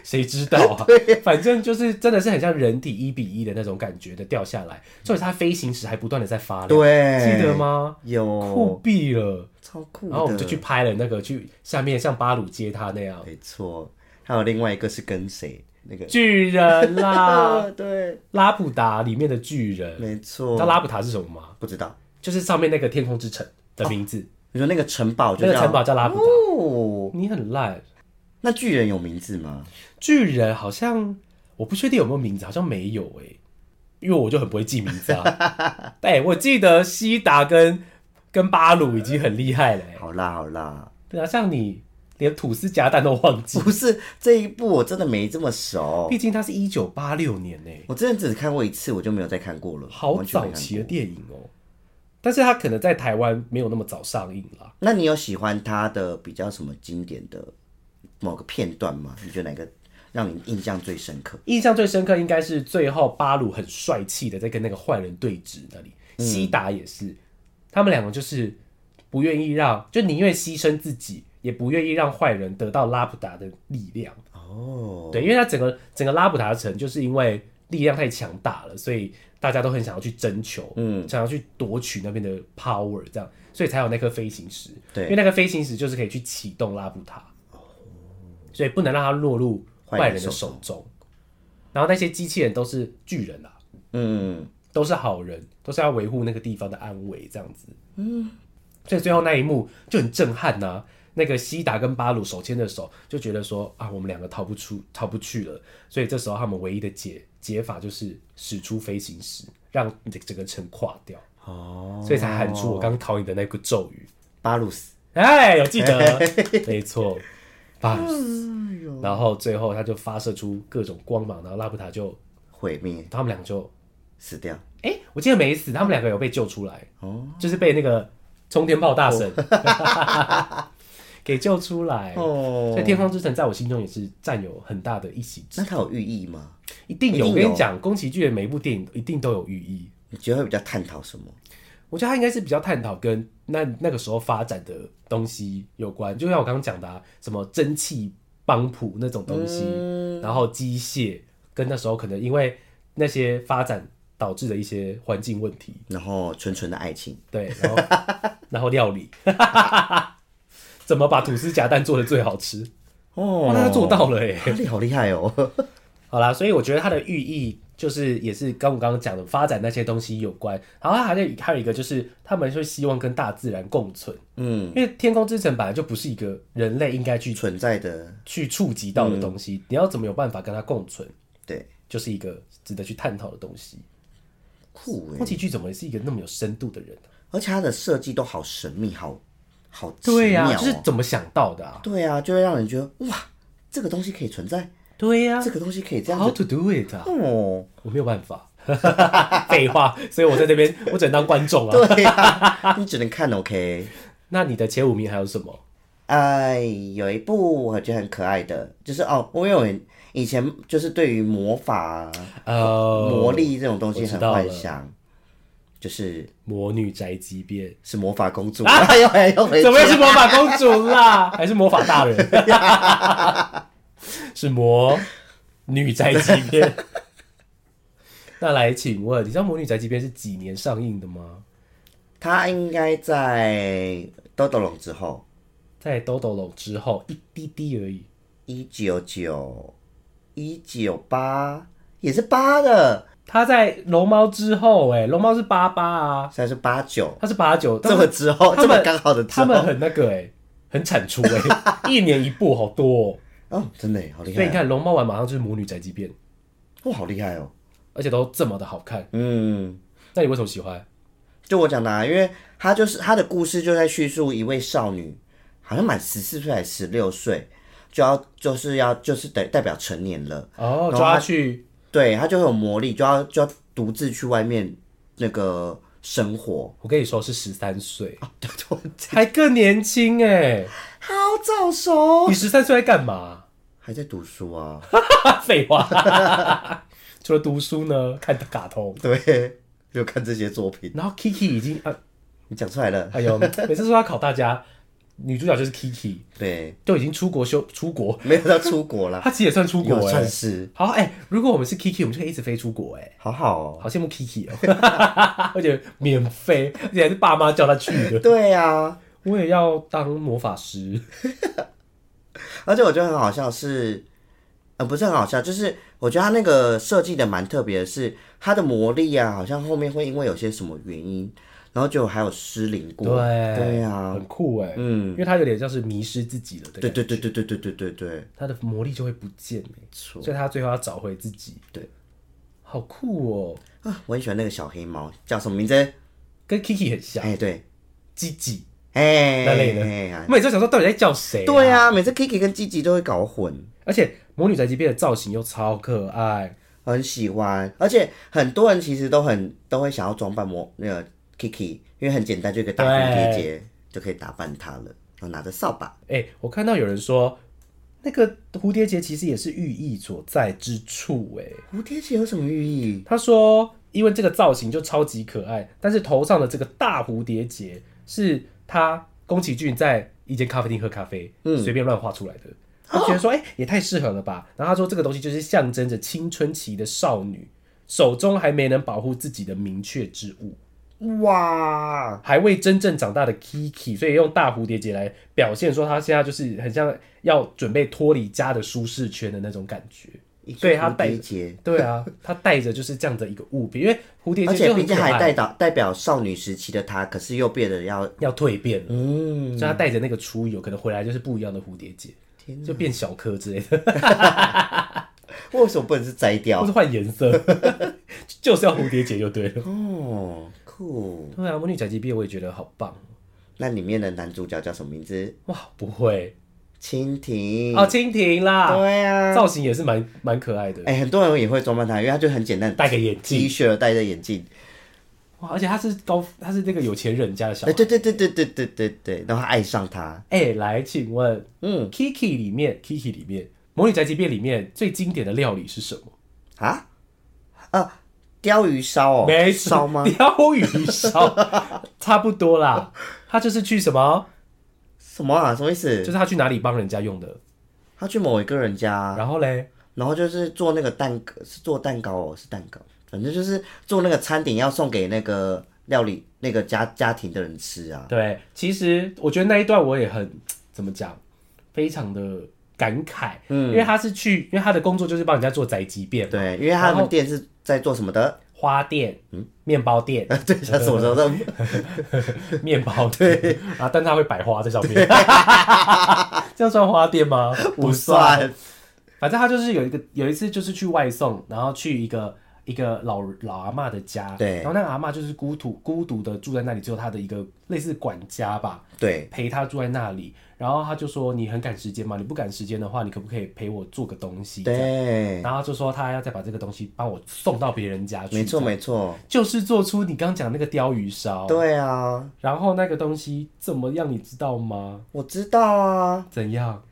谁知道啊？反正就是真的是很像人体一比一的那种感觉的掉下来，所以它飞行时还不断的在发亮，对记得吗？有酷毙了！超酷的。然后我们就去拍了那个去下面像巴鲁接他那样没错，还有另外一个是跟谁？那个巨人啦 啊，，对，拉普达里面的巨人，没你错知道。拉普达是什么吗？不知道，就是上面那个天空之城的名字，你说那个城堡哦就那叫个城堡叫拉普达。哦，你很烂，那巨人有名字吗？巨人好像我不确定有没有名字，好像没有哎、因为我就很不会记名字啊。 哎、我记得西达跟跟巴鲁已经很厉害了、欸，好啦好啦， 对啊，像你连吐司夹蛋都忘记，不是这一部我真的没这么熟，毕竟它是一九八六年欸呢、我真的只看过一次，我就没有再看过了，好完全没早看期的过。电影哦、但是它可能在台湾没有那么早上映啦。那你有喜欢他的比较什么经典的某个片段吗？你觉得哪个让你印象最深刻？印象最深刻应该是最后巴鲁很帅气的在跟那个坏人对峙那里，嗯西达也是，他们两个就是不愿意让，就宁愿牺牲自己，也不愿意让坏人得到拉普达的力量。哦，对，因为他整个整个拉普达城就是因为力量太强大了，所以大家都很想要去征求，嗯，想要去夺取那边的 power，这样，所以才有那颗飞行石。对因为那颗飞行石就是可以去启动拉普塔，所以不能让它落入坏人的手中。然后那些机器人都是巨人啊，嗯，都是好人，都是要维护那个地方的安危这样子。嗯，所以最后那一幕就很震撼呐、啊那个西达跟巴鲁手牵着手，就觉得说啊，我们两个逃不出、逃不去了。所以这时候他们唯一的解解法就是使出飞行石，让整个城垮掉。哦，所以才喊出我刚考你的那个咒语。巴鲁斯，哎，有记得，没 错，巴哎鲁斯。然后最后他就发射出各种光芒，然后拉布塔就毁灭他们俩就死掉，哎、我记得没死，他们两个有被救出来，哦就是被那个冲天炮大神、 给救出来。哦所以天空之城在我心中也是占有很大的一席之那它有寓意吗？一定有。哎一定我有跟你讲，宫崎骏的每一部电影一定都有寓意。你觉得会比较探讨什么？我觉得他应该是比较探讨跟那那个时候发展的东西有关，就像我刚刚讲的、啊，什么蒸汽帮浦那种东西，然后机械跟那时候可能因为那些发展导致的一些环境问题，然后纯纯的爱情，对，然后然后料理， 怎么把吐司夹蛋做的最好吃？哦哇，那他做到了耶！哈利好厉害 哦！好啦，所以我觉得它的寓意就是也是跟我刚刚讲的发展那些东西有关。然后它还有还有一个就是他们会希望跟大自然共存，嗯，因为天空之城本来就不是一个人类应该去存在的去触及到的东西，嗯你要怎么有办法跟它共存，对就是一个值得去探讨的东西。酷宫哎，崎骏怎么也是一个那么有深度的人啊、而且它的设计都好神秘，好好奇对呀、妙哦就是怎么想到的啊？对啊，就会让人觉得哇，这个东西可以存在，对呀、这个东西可以这样 How 子 to do it 啊？哦。 我没有办法， 废话，所以我在这边，我只能当观众啊。对啊，你只能看 OK。那你的前五名还有什么？哎，有一部我觉得很可爱的，就是哦，我有以前就是对于魔法、呃，魔力这种东我西知很道幻了想，就是魔女宅急便，是魔法 公主，哎呦哎呦，怎么又是魔法公主啦？ 还是魔法大人？ 是魔女宅急便。那来，请问你知道《魔女宅急便》是几年上映的吗？他应该在豆豆龙之后，在《豆豆龙》之后一滴滴而已，一九九一九八也是八的，它在《龙猫》之后、哎，《龙猫》是八八啊，虽然是八九，它是八九，这么之后，他这们么刚好的之他们后，很那个哎、很产出 哎、一年一部好多、哦。哦，真的耶好厉所以害你啊，看《龙猫王》马上就是《魔女宅急便》，哇，好厉害哦，而且都这么的好看，嗯。那你为什么喜欢？就我讲的、啊，因为他就是他的故事就在叙述一位少女，好像满十四岁还是十六岁，就要就是要就是代代表成年了，哦，然后抓他去对她就会有魔力，就要就要独自去外面那个生活，哦我跟你说是十三岁，对我还啊更年轻哎、好早熟你，十三岁在干嘛？还在读书啊？ 废话， 除了读书呢，看卡通。对，就看这些作品，然后 Kiki 已经啊， 你讲出来了，哎呦，每次说要考大家，女主角就是 Kiki，对，都已经出国休出国，没有到出国啦她，其实也算出有国哎、算是，好哎、如果我们是 Kiki，我们就可以一直飞出国哎、好好哦。好羡慕 Kiki 哦， 而且免费，而且还是爸妈叫她去的。对啊，我也要当魔法师，而且我觉得很好笑是，呃，不是很好笑，就是我觉得他那个设计的蛮特别的是，他的魔力啊，好像后面会因为有些什么原因，然后就还有失灵过。对对啊，很酷哎、嗯，因为她有点像是迷失自己了的，对，对对对对对对对对，她的魔力就会不见哎、错所以她最后要找回自己，对，好酷哦，啊，我很喜欢那个小黑猫，叫什么名字？跟 Kiki 很像，哎，对，吉吉哎，那类哎的呀，我每次都想说到底在叫谁、对啊，啊，每次 Kiki 跟 Gigi 都会搞混。而且魔女宅急便的造型又超可爱，很喜欢，而且很多人其实都很都会想要装扮模那个 Kiki，因为很简单，就一个大蝴蝶结就可以打扮她了，然后拿着扫把，哎、我看到有人说，那个蝴蝶结其实也是寓意所在之处、哎，蝴蝶结有什么寓意？他说，因为这个造型就超级可爱，但是头上的这个大蝴蝶结是他宫崎骏在一间咖啡厅喝咖啡，嗯随便乱画出来的。他觉得说，哎、也太适合了吧。然后他说，这个东西就是象征着青春期的少女手中还没能保护自己的明确之物。哇，还未真正长大的 Kiki，所以用大蝴蝶结来表现说他现在就是很像要准备脱离家的舒适圈的那种感觉。一个对他蝴戴蝶着，结，对啊，他带着就是这样的一个物品，因为蝴蝶而结且就毕很可竟还代爱，啊表代表少女时期的她，可是又变得要要蜕变了，嗯，所以他带着那个出游，可能回来就是不一样的蝴蝶结，就变小颗之类的，为什么不能是摘或掉是？换颜 色，就是要蝴蝶结就对了。哦，酷，对啊，魔女宅急便我也觉得好棒，那里面的男主角叫什么名字？哇，不会蜻蜓。哦，蜻蜓啦，嗯对啊，造型也是蛮蛮可爱的，哎、很多人也会装扮他，因为他就很简单，戴个眼镜 T。恤，戴着眼镜。哇，而且他是高，他是那个有钱人家的小哎、孩。对对对对对对对对，然后他爱上他，哎、来，请问，嗯嗯，Kiki 里面，Kiki 里面，《魔女宅急便》里面最经典的料理是什么？啊啊，鲷鱼烧哦，没错烧吗？ 鲷鱼烧，差不多啦。他就是去什么？什么啊？什么意思？就是他去哪里帮人家用的。他去某一个人家，然后嘞，然后就是做那个蛋糕，是做蛋糕哦，是蛋糕，反正就是做那个餐点要送给那个料理那个家家庭的人吃啊。对，其实我觉得那一段我也很怎么讲，非常的感慨，嗯，因为他是去，因为他的工作就是帮人家做宅急便嘛，对，因为然他后们店是在做什么的？花店，嗯，面包 店，对，像什么时候的？面包对啊，但它会摆花在上面，这样算花店吗？不算。反正他就是有一个有一次就是去外送，然后去一个一个老老阿嬷的家，对然后那个阿嬷就是孤独孤独的住在那里，只有他的一个类似管家吧，对，陪他住在那里。然后他就说：“你很赶时间吗？你不赶时间的话，你可不可以陪我做个东西？”这样对，然后他就说他要再把这个东西帮我送到别人家去，没错没错，就是做出你刚讲那个鲷鱼烧。对啊，然后那个东西怎么样，你知道吗？我知道啊。怎样？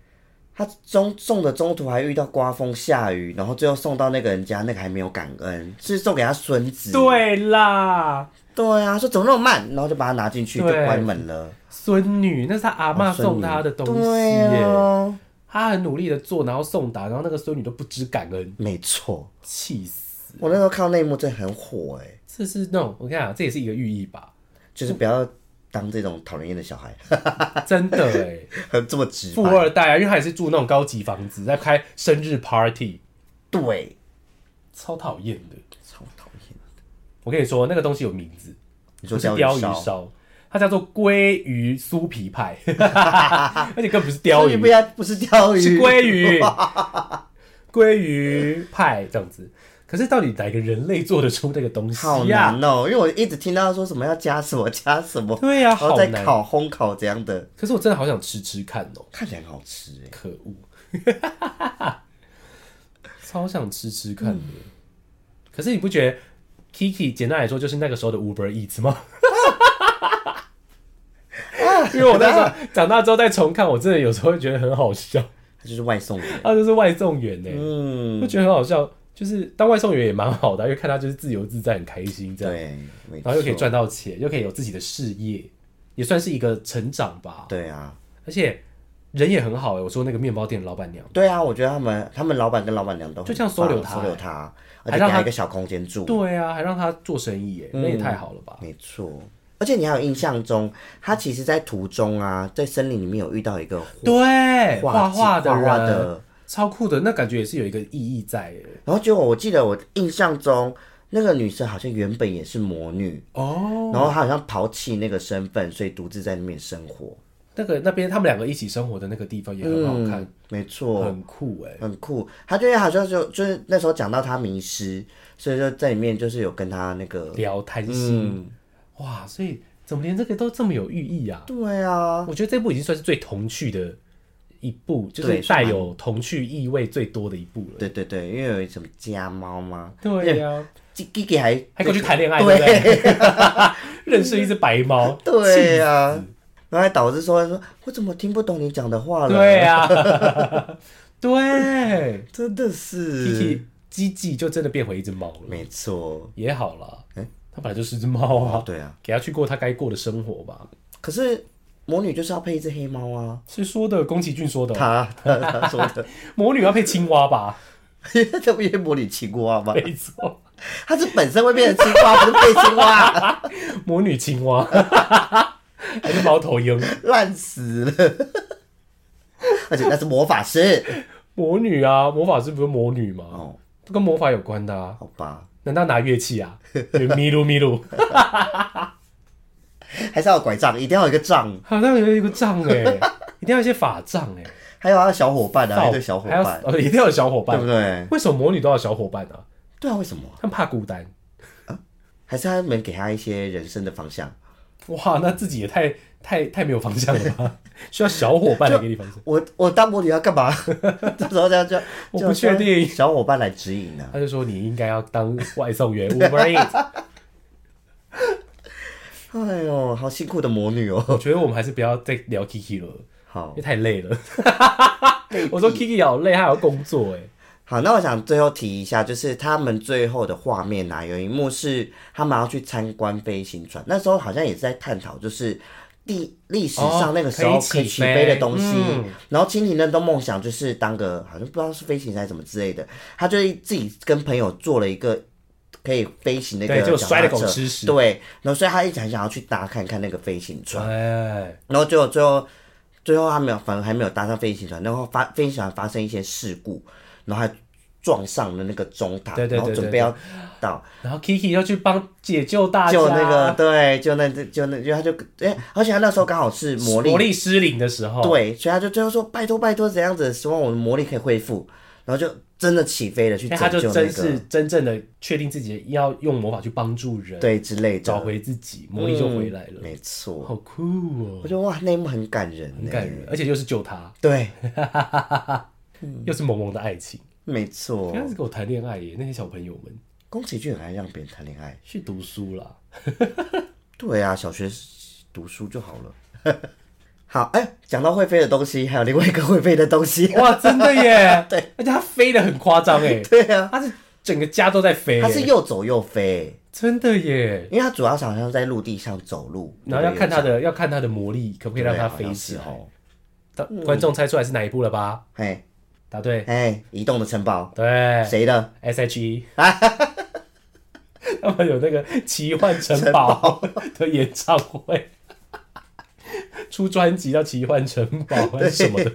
他中送的中途还遇到刮风下雨，然后最后送到那个人家，那个还没有感恩，是送给他孙子。对啦，对啊，说怎么那么慢，然后就把他拿进去，就对关门了。孙女，那是他阿嬷哦孙女送他的东西对耶。啊，他很努力的做，然后送达，然后那个孙女都不知感恩，没错，气死！我那时候看到那一幕真的很火哎、这是那种我跟你讲，这也是一个寓意吧，就是不要当这种讨人厌的小孩，真的哎，这么直富白。二代啊，因为他也是住那种高级房子，在开生日 party，对，超讨厌的。超讨厌。我跟你说，那个东西有名字，你不说是鲷鲷鱼鱼烧，烧，它叫做鲑鱼酥皮 派，而且更不是鲷所以鱼不，要不是鲷鱼，是鲑 鱼，鲑鱼派这样子。可是到底哪个人类做得出那个东西啊好呀、难哦、因为我一直听到他说什么要加什么加什么，对呀、然好后再难。烤烘烤这样的，可是我真的好想吃吃看哦，看起来很好吃哎、可恶， 超想吃吃看的。可是你不觉得 Kiki 简单来说就是那个时候的 Uber Eats 吗？ 因为我那时候长大之后再重看，我真的有时候会觉得很好笑。他就是外送员。他就是外送员呢、嗯，我觉得很好笑。就是当外送员也蛮好的啊，因为看他就是自由自在，很开心这样，对，没然后又可以错。赚到钱，又可以有自己的事业，也算是一个成长吧。对啊，哎、而且人也很好哎、我说那个面包店的老板娘，对啊，我觉得他们他们老板跟老板娘都很就这样收棒留他收留欸他，还而且让给他他一个小空间住。对啊，还让他做生意嗯哎、那也太好了吧？没错，而且你还有印象中，他其实，在途中啊，在森林里面有遇到一个对，画画的画人画的，超酷的，那感觉也是有一个意义在哎、然后结果我记得我印象中，那个女生好像原本也是魔女，哦，然后她好像抛弃那个身份，所以独自在那边生活。那个那边他们两个一起生活的那个地方也很好看，嗯，没错，很酷哎、很酷。她就因为好像就就是那时候讲到她迷失，所以就在里面就是有跟她那个，聊贪心、嗯，哇，所以怎么连这个都这么有寓意啊？对啊，我觉得这部已经算是最童趣的一部，就是对是带蛮有童趣意味最多的一部了。对对对，因为有什么家猫吗？对呀、弟弟还还跟我去谈恋爱，对对不对？ 认识一只白猫，对呀、然后还导致说说，我怎么听不懂你讲的话了？对啊 呀，对真的是， ，Kiki 吉就真的变回一只猫了，没错。也好了。它本来就是一只猫啊，对啊，给它去过它该过的生活吧。可是魔女就是要配一只黑猫 啊，是说的宫崎骏说的哦，他他他说 的，魔女要配青蛙 吧？这不也是魔女青蛙吗？没错，它是本身会变成青蛙，不是配青蛙，魔女青蛙， 还是猫头鹰？烂死了。 而且那是魔法师魔女啊，魔法师不是魔女吗？哦，都跟魔法有关的啊。好吧，难道拿乐器啊？咪噜咪 噜，还是要有拐杖，一定要有一个杖，好像有一个杖哎、一定要一些法杖哎、还有要小伙伴啊，造一对小伙还要伴，哦，一定要有小伙对伴不。对？为什么魔女都要有小伙伴啊？对啊，为什么？他们怕孤单。还是他们给他一些人生的方向。哇，那自己也太太太没有方向了吧？ 需要小伙伴来给你方向。我我当魔女要干嘛？ 这时候这样就我不确定小伙伴来指引啊呢、 他就说你应该要当外送员 Uber Eats。哎呦，好辛苦的魔女我哦。觉得我们还是不要再聊 Kiki 了，因好为太累了。 我说 Kiki 好累，还要工作哎。好，那我想最后提一下，就是他们最后的画面啊，有一幕是他们要去参观飞行船，那时候好像也是在探讨，就是历历史上那个时候哦可可以以起起飞飞的东西。嗯然后蜻蜓的都梦想就是当个好像不知道是飞行还是什么之类的，他就自己跟朋友做了一个。可以飞行的一个对就脚踏摔得狗车吃屎对，然后所以他一直很想要去搭看看那个飞行船，哎，然后结果最后最后他没有，反而还没有搭上飞行船，然后发飞行船发生一些事故，然后还撞上了那个中塔，对对对然后准备要到然后 Kiki 要去帮解救大家，救那个对，救那就那就他就哎、而且他那时候刚好是魔力，魔力失灵的时候，，对，所以他就最后说拜托拜托怎样子，希望我的魔力可以恢复，然后就真的起飞了去因为拯哎他就救那真是个真正的确定自己要用魔法去帮助人，，对之类的，找回自己，魔力就回来了，没错，好酷哦我，觉得哇那一幕很感人，欸很感，人，而且又是救他，对，嗯又是萌萌的爱情，没 错刚，开始跟我谈恋爱耶，那些小朋友们宫崎骏很爱让别人谈恋爱。去读书 啦，对啊，小学读书就好了。 好，哎、讲到会飞的东西，还有另外一个会飞的 东西，哇，真的耶，对，而且他飞得很夸张哎， 对啊，他是整个家都在飞耶，它是又走又飞，真的耶，因为它主要是好像在陆地上走路，然后要看他的要看他的魔力可不可以对不对，让他好像飞是起来，哦。到观众猜出来是哪一部了吧？哎答对，哎，移动的城堡，对，谁的？ S H E，他们有那个奇幻城堡的演唱会，出专辑叫奇幻城堡还是什么的，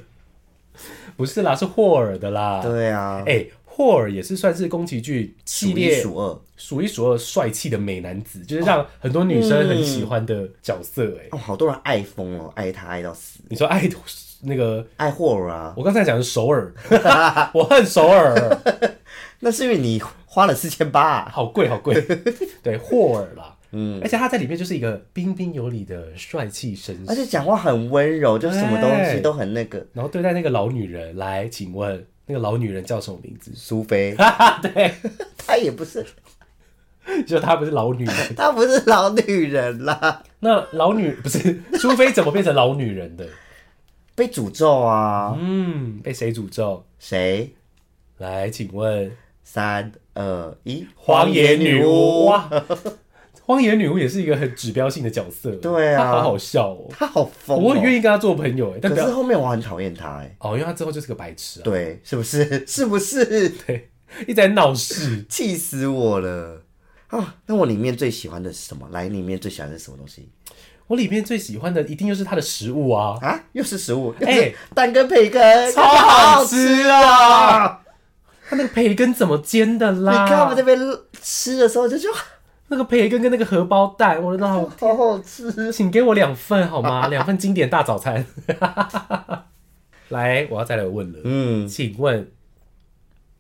不是啦，是霍尔的啦。对啊，哎、霍尔也是算是宫崎骏系数一列数哦二。数一数二帅气的美男子，就是让很多女生很喜欢的角色、哎、哦，好多人爱疯了，爱他爱到死，你说爱那个，爱霍尔啊，我刚才讲的是首 尔，我恨首尔。那是因为你花了四千八，啊好贵，好贵。 对，霍尔啦，嗯，而且他在里面就是一个彬彬有礼的帅气绅而士，且讲话很温柔，就是什么东西对都很那个。然后对待那个老女人，来，请问那个老女人叫什么名字？ 苏菲， 对，她也不是，就她不是老女人，她不是老女人啦。那老女不是苏菲怎么变成老女人的？被诅咒啊！嗯，被谁诅咒？谁？来，请问三二一， 荒野女巫，哇，荒野女巫也是一个很指标性的角色，对啊她好好笑哦，他好疯、我很愿意，意跟她做朋友哎，但可不是要后面我很讨厌他、哎，哦，因为她之后就是个白痴啊，对，是不是？ 是不是？对，一直在闹事。气死我了啊！那我里面最喜欢的是什么？来，里面最喜欢的是什么东西我里面最喜欢的一定就是她的食物啊，啊？又是食物，又哎是蛋跟培根，超好好吃啊！啊！她那个培根怎么煎的你啦？看我们这边吃的时候就说那个培根跟那个荷包蛋，我的老好好吃，请给我两份好吗？两份经典大早餐。 来，我要再来问了，嗯，请问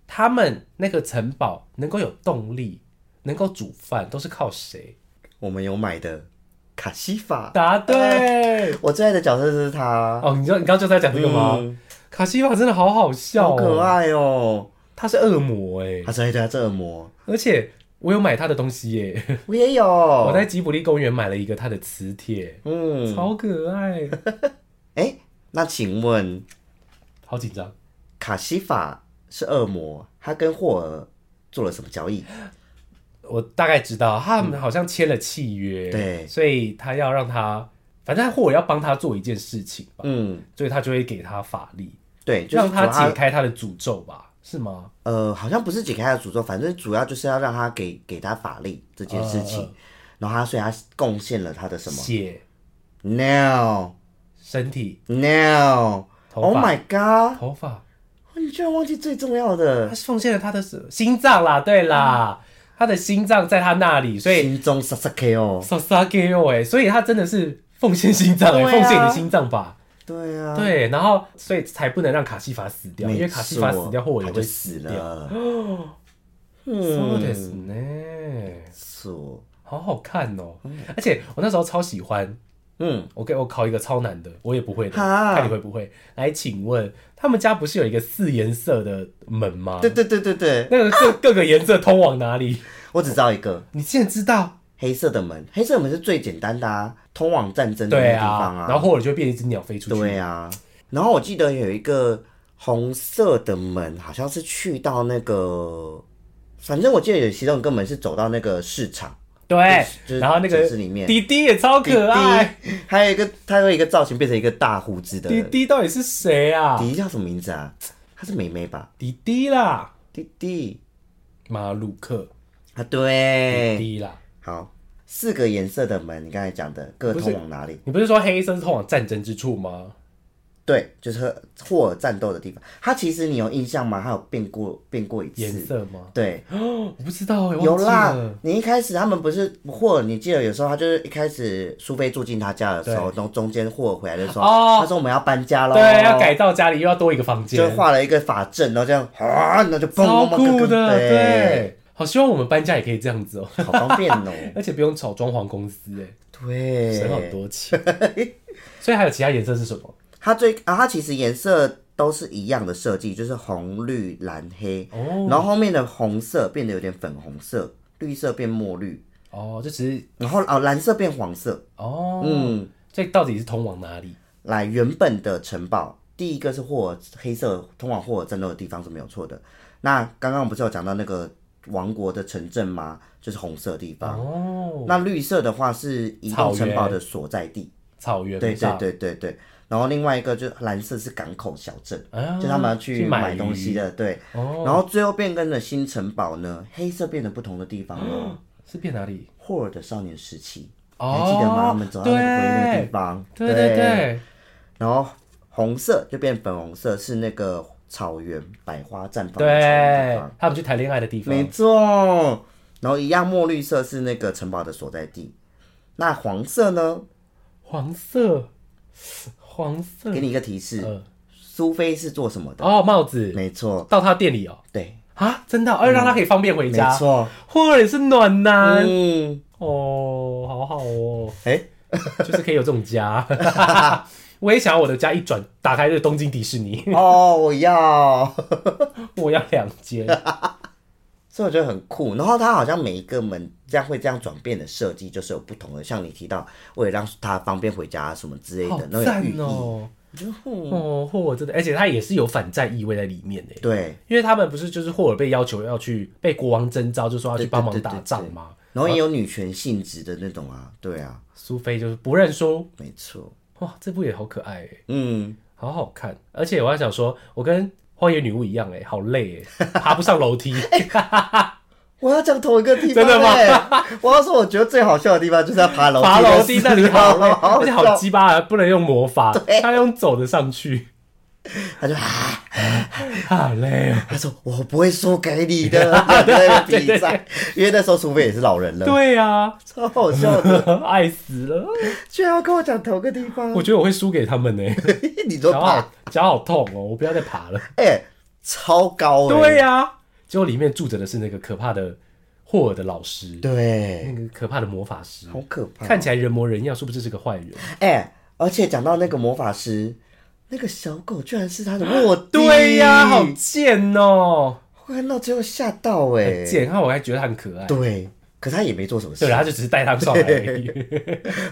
他们那个城堡能够有动力，能够煮饭，都是靠谁？我们有买的卡西法，答对。我最爱的角色就是他，哦，你知道你刚刚就在讲这个吗？嗯卡西法真的好好笑、好哦，可。爱哦。他是恶魔哎、他是他这恶魔，而且我有买他的东西耶、我也有。我在吉卜力公园买了一个他的磁铁，嗯，超可爱，哎、那请问 好紧张。卡西法是恶魔，他跟霍尔做了什么交易？我大概知道他们好像签了契约，对所以他要让他，反正或者要帮他做一件事情吧，嗯，所以他就会给他法力，对，就是让主他要解开他的诅咒吧，是吗？呃，好像不是解开他的诅咒，反正主要就是要让他给给他法力这件事情。嗯嗯然后他所以他贡献了他的什么血、 ？No 身体、 No。头 Oh 发、 my god！头发，你居然忘记最重要的他是奉献了他的什心脏啦，对啦，嗯他的心脏在他那里，所以心中 Sasuke 哦。 s a s a k e 哎，所以他真的是奉献心脏哎、对啊奉献你心脏吧。对啊，对，然后所以才不能让卡西法死掉，没因为卡西法错死掉，霍尔他也就会死掉。了。嗯そうですね，错，好好看哦！而且我那时候超喜欢，嗯，我给我考一个超难的，我也不会的，哈看你会不会。来，请问他们家不是有一个四颜色的门吗？对，对对对对，那个各各个颜色通往哪里？我只知道一个你竟然知道？黑色的门，黑色的门是最简单的啊，通往战争的那对个地方啊啊，，然后或者就变一只鸟飞出去。对啊，然后我记得有一个红色的门，好像是去到那个，反正我记得有其中一个门是走到那个市场，对就是哎然后那城个啊市里面滴滴也超可爱，滴滴还有一个它有一个造型变成一个大胡子的滴滴到底是谁啊？迪叫什么名字啊？她是美美吧？滴滴啦，滴滴马鲁克，啊，滴对，滴啦。好，四个颜色的门，你刚才讲的各不是通往哪里？你不是说黑色是通往战争之处吗？对，就是和霍尔战斗的地方。它其实你有印象吗？它有变过变过一次颜。色吗？对，哦，我不知道哎、欸，嗯有忘记啦了。。你一开始他们不是霍尔，你记得有时候他就是一开始苏菲住进他家的时候，然后中间霍尔回来的时候，哦他说我们要搬家喽，对，要改，造家里又要多一个房间哦就，画了一个法阵，然后这样啊，然后就蹦超蹦蹦酷蹦的，对，对。好希望我们搬家也可以这样子哦、 好方便哦，而且不用找装潢公司哎、 对，省很多 钱。所以还有其他颜色是什么？它最啊，它其实颜色都是一样的设计，就是红、绿、蓝、黑，哦然后后面的红色变得有点粉红色，绿色变墨绿，哦，就只是然后哦蓝色变黄色。哦，嗯，所以到底是通往哪里？来原本的城堡，第一个是霍尔黑色通往霍尔战斗的地方是没有错的。那刚刚不是有讲到那个王国的城镇吗？就是红色的地方。哦，啊那绿色的话是移动城堡的所在地，草原对没对错对对对。然后另外一个就蓝色是港口小镇，啊就他们要去买鱼东西的，对。哦，然后最后变更的新城堡呢，黑色变成不同的地方了。是变哪里？霍尔的少年时期，你哦，还记得吗？我们走到那个回忆的地方，对对对对，然后红色就变粉红色，是那个草原百花绽放的草原地对方，他们去谈恋爱的地方没，错。然后一样墨绿色是那个城堡的所在地。那黄色呢？黄色，黄色给，你一个提示，呃，苏菲是做什么的？嗯哦，帽子，没错，到他店里哦，对，啊，真的哦，要让他可以方便回没家，啊错。霍尔也是暖男、嗯，哦，好好哦，哎、就是可以有这种家， 我也想要我的家一转打开就是东京迪士尼， 哦，我要。 我要两间，所以我觉得很酷。然后它好像每一个门这样会这样转变的设计，就是有不同的，像你提到为了让它方便回家什么之类好的，那赞种寓哦，意。我觉得嗯哦，霍尔真的，而且他也是有反战意味在里面的，对因为他们不是就是霍尔被要求要去被国王征召，就说要去帮忙打仗吗？然后也有女权性质的那种啊，对啊，苏菲就是不认输，没错，哇，这部也好可爱哎、 嗯，好好看。而且我还想说，我跟荒野女巫一样哎、好累 哎、爬不上楼梯。我要讲同一个地方、欸， 真的吗吗？我要说，我觉得最好笑的地方就是要爬楼梯，爬楼梯那里好累，而且 好笑鸡巴啊，不能用魔法，他用走的上去，他就啊，好累 哦。他说我不会输给你的， 两个人比赛，因为那时候苏菲也是老人了，对呀、超好笑的，爱死了！居然要跟我讲同一个地方我，觉得我会输给他们 呢、你说脚爬，好脚好痛哦，我不要再爬了。哎、超高、欸，对呀、结果里面住着的是那个可怕的霍尔的老师，那对，个可怕的魔法师，好可怕，看起来人模人样，殊不知是个坏人。哎、而且讲到那个魔法师，那个小狗居然是他的卧底，对呀、好贱哦、我看到之后吓到哎、很贱。然后我还觉得他很可爱，对，可是他也没做什么事对，，然后就只是带他上来而 已。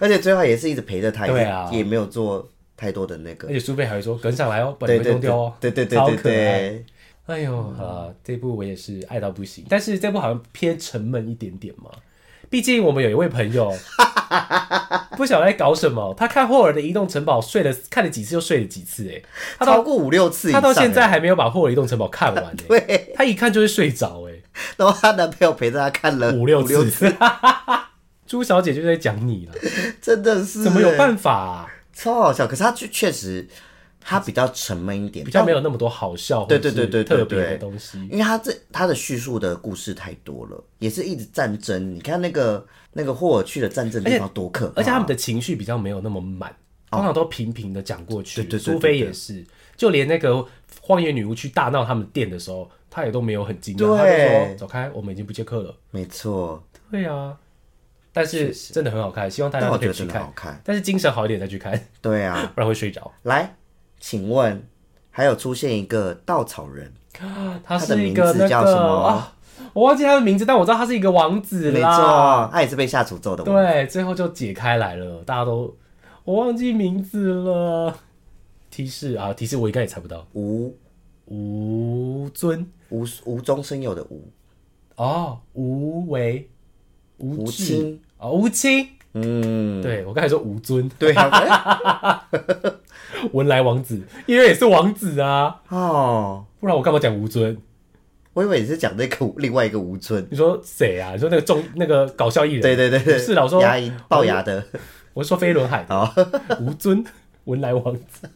而且最后也是一直陪着他，也对是啊也没有做太多的那个而，且苏菲还会说跟上来哦，不然对你会对弄掉哦，对对对超对可爱。对，哎呦啊，这部我也是爱到不行，但是这部好像偏沉闷一点点嘛。毕竟我们有一位朋友，不晓得在搞什么，他看霍尔的移动城堡睡了，看了几次又睡了几次、哎，他超到过五六次以他上，欸到现在，还没有把霍尔移动城堡看完、哎，对，他一看就会睡着、哎。 然后她男朋友陪着她看了五六六次，次。 朱小姐就在讲你 了，真的是怎么有法，办法啊、超好笑。可是他确确实，他比较沉闷一点，嗯比较没有，有那么多好笑或哦对者对是对对对特别的对东西。因为他这他的叙述的故事太多了，也是一直战争。你看那个那个霍尔去的战争地方多可怕，而且他们的情绪比较没有那么满，通常都平平的讲过去。哦对对对对苏菲也是，就连那个荒野女巫去大闹他们店的时候，她也都没有很惊讶，对她就说：“走开，我们已经不接客了。没错，”对啊，但是真的很好看，希望大家但都我可觉以得去真的看好。看。但是精神好一点再去看，对啊，不然会睡着。来，请问还有出现一个稻草人，他的是一名个那字叫什个么啊，我忘记他的名字，但我知道他是一个王子没啦。错，他也是被下诅咒的。，对，最后就解开来了，大家都我忘记名字了。提示啊，提示我应该也猜不到。无吴尊无无中生有的无，哦，吴为吴吴志清哦，吴清。嗯，对我刚才说吴尊，对啊，文莱王子，因为也是王子啊， 哦，不然我干嘛讲吴尊？我以为你是讲那个无另外一个吴尊，你说谁啊？你说那个中那个搞笑艺人？对对对对，不是老说牙龈龅牙的，我是说飞轮海的好 吴尊文莱王 子。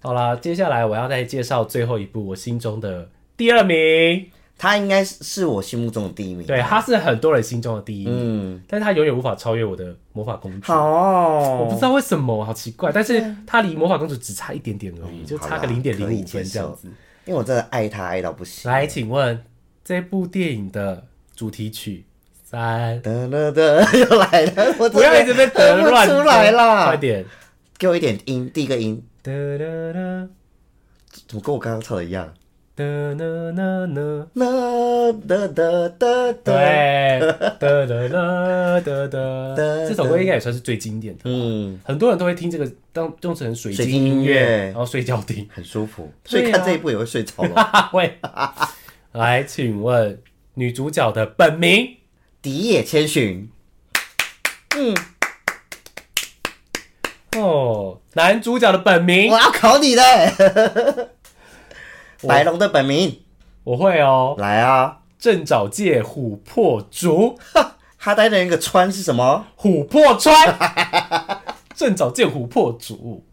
好啦，接下来我要再介绍最后一部我心中的第二名，他应该是是我心目中的第一名。对，，啊他是很多人心中的第一名，嗯，但是他永远无法超越我的魔法公主。好哦，我不知道为什么，好奇怪，但是他离魔法公主只差一点点而已，就差个嗯好啦零点零可以五接分这样受子。因为我真的爱他爱到不行。来，请问这部电影的主题曲三，得得得， 又来了，我真的不要一直被哼得不乱出来快啦，点！给我一点音，第一个音，哒哒哒怎么跟我刚刚唱的一样？哒哒哒哒。得得得得得，对，哒哒哒哒哒，这首歌应该也算是最经典的，嗯，很多人都会听这个当用成水水晶晶音音乐乐，然后睡觉听。很舒服，所对啊以看这一部也会睡 着了。啊喂， 来，请问女主角的本名？迪野千寻，哦，男主角的本名我要考你嘞！白龙的本名，我会哦，来啊！正找界琥珀竹，哈呆的那个川是什么？琥珀川， 正找界琥珀竹。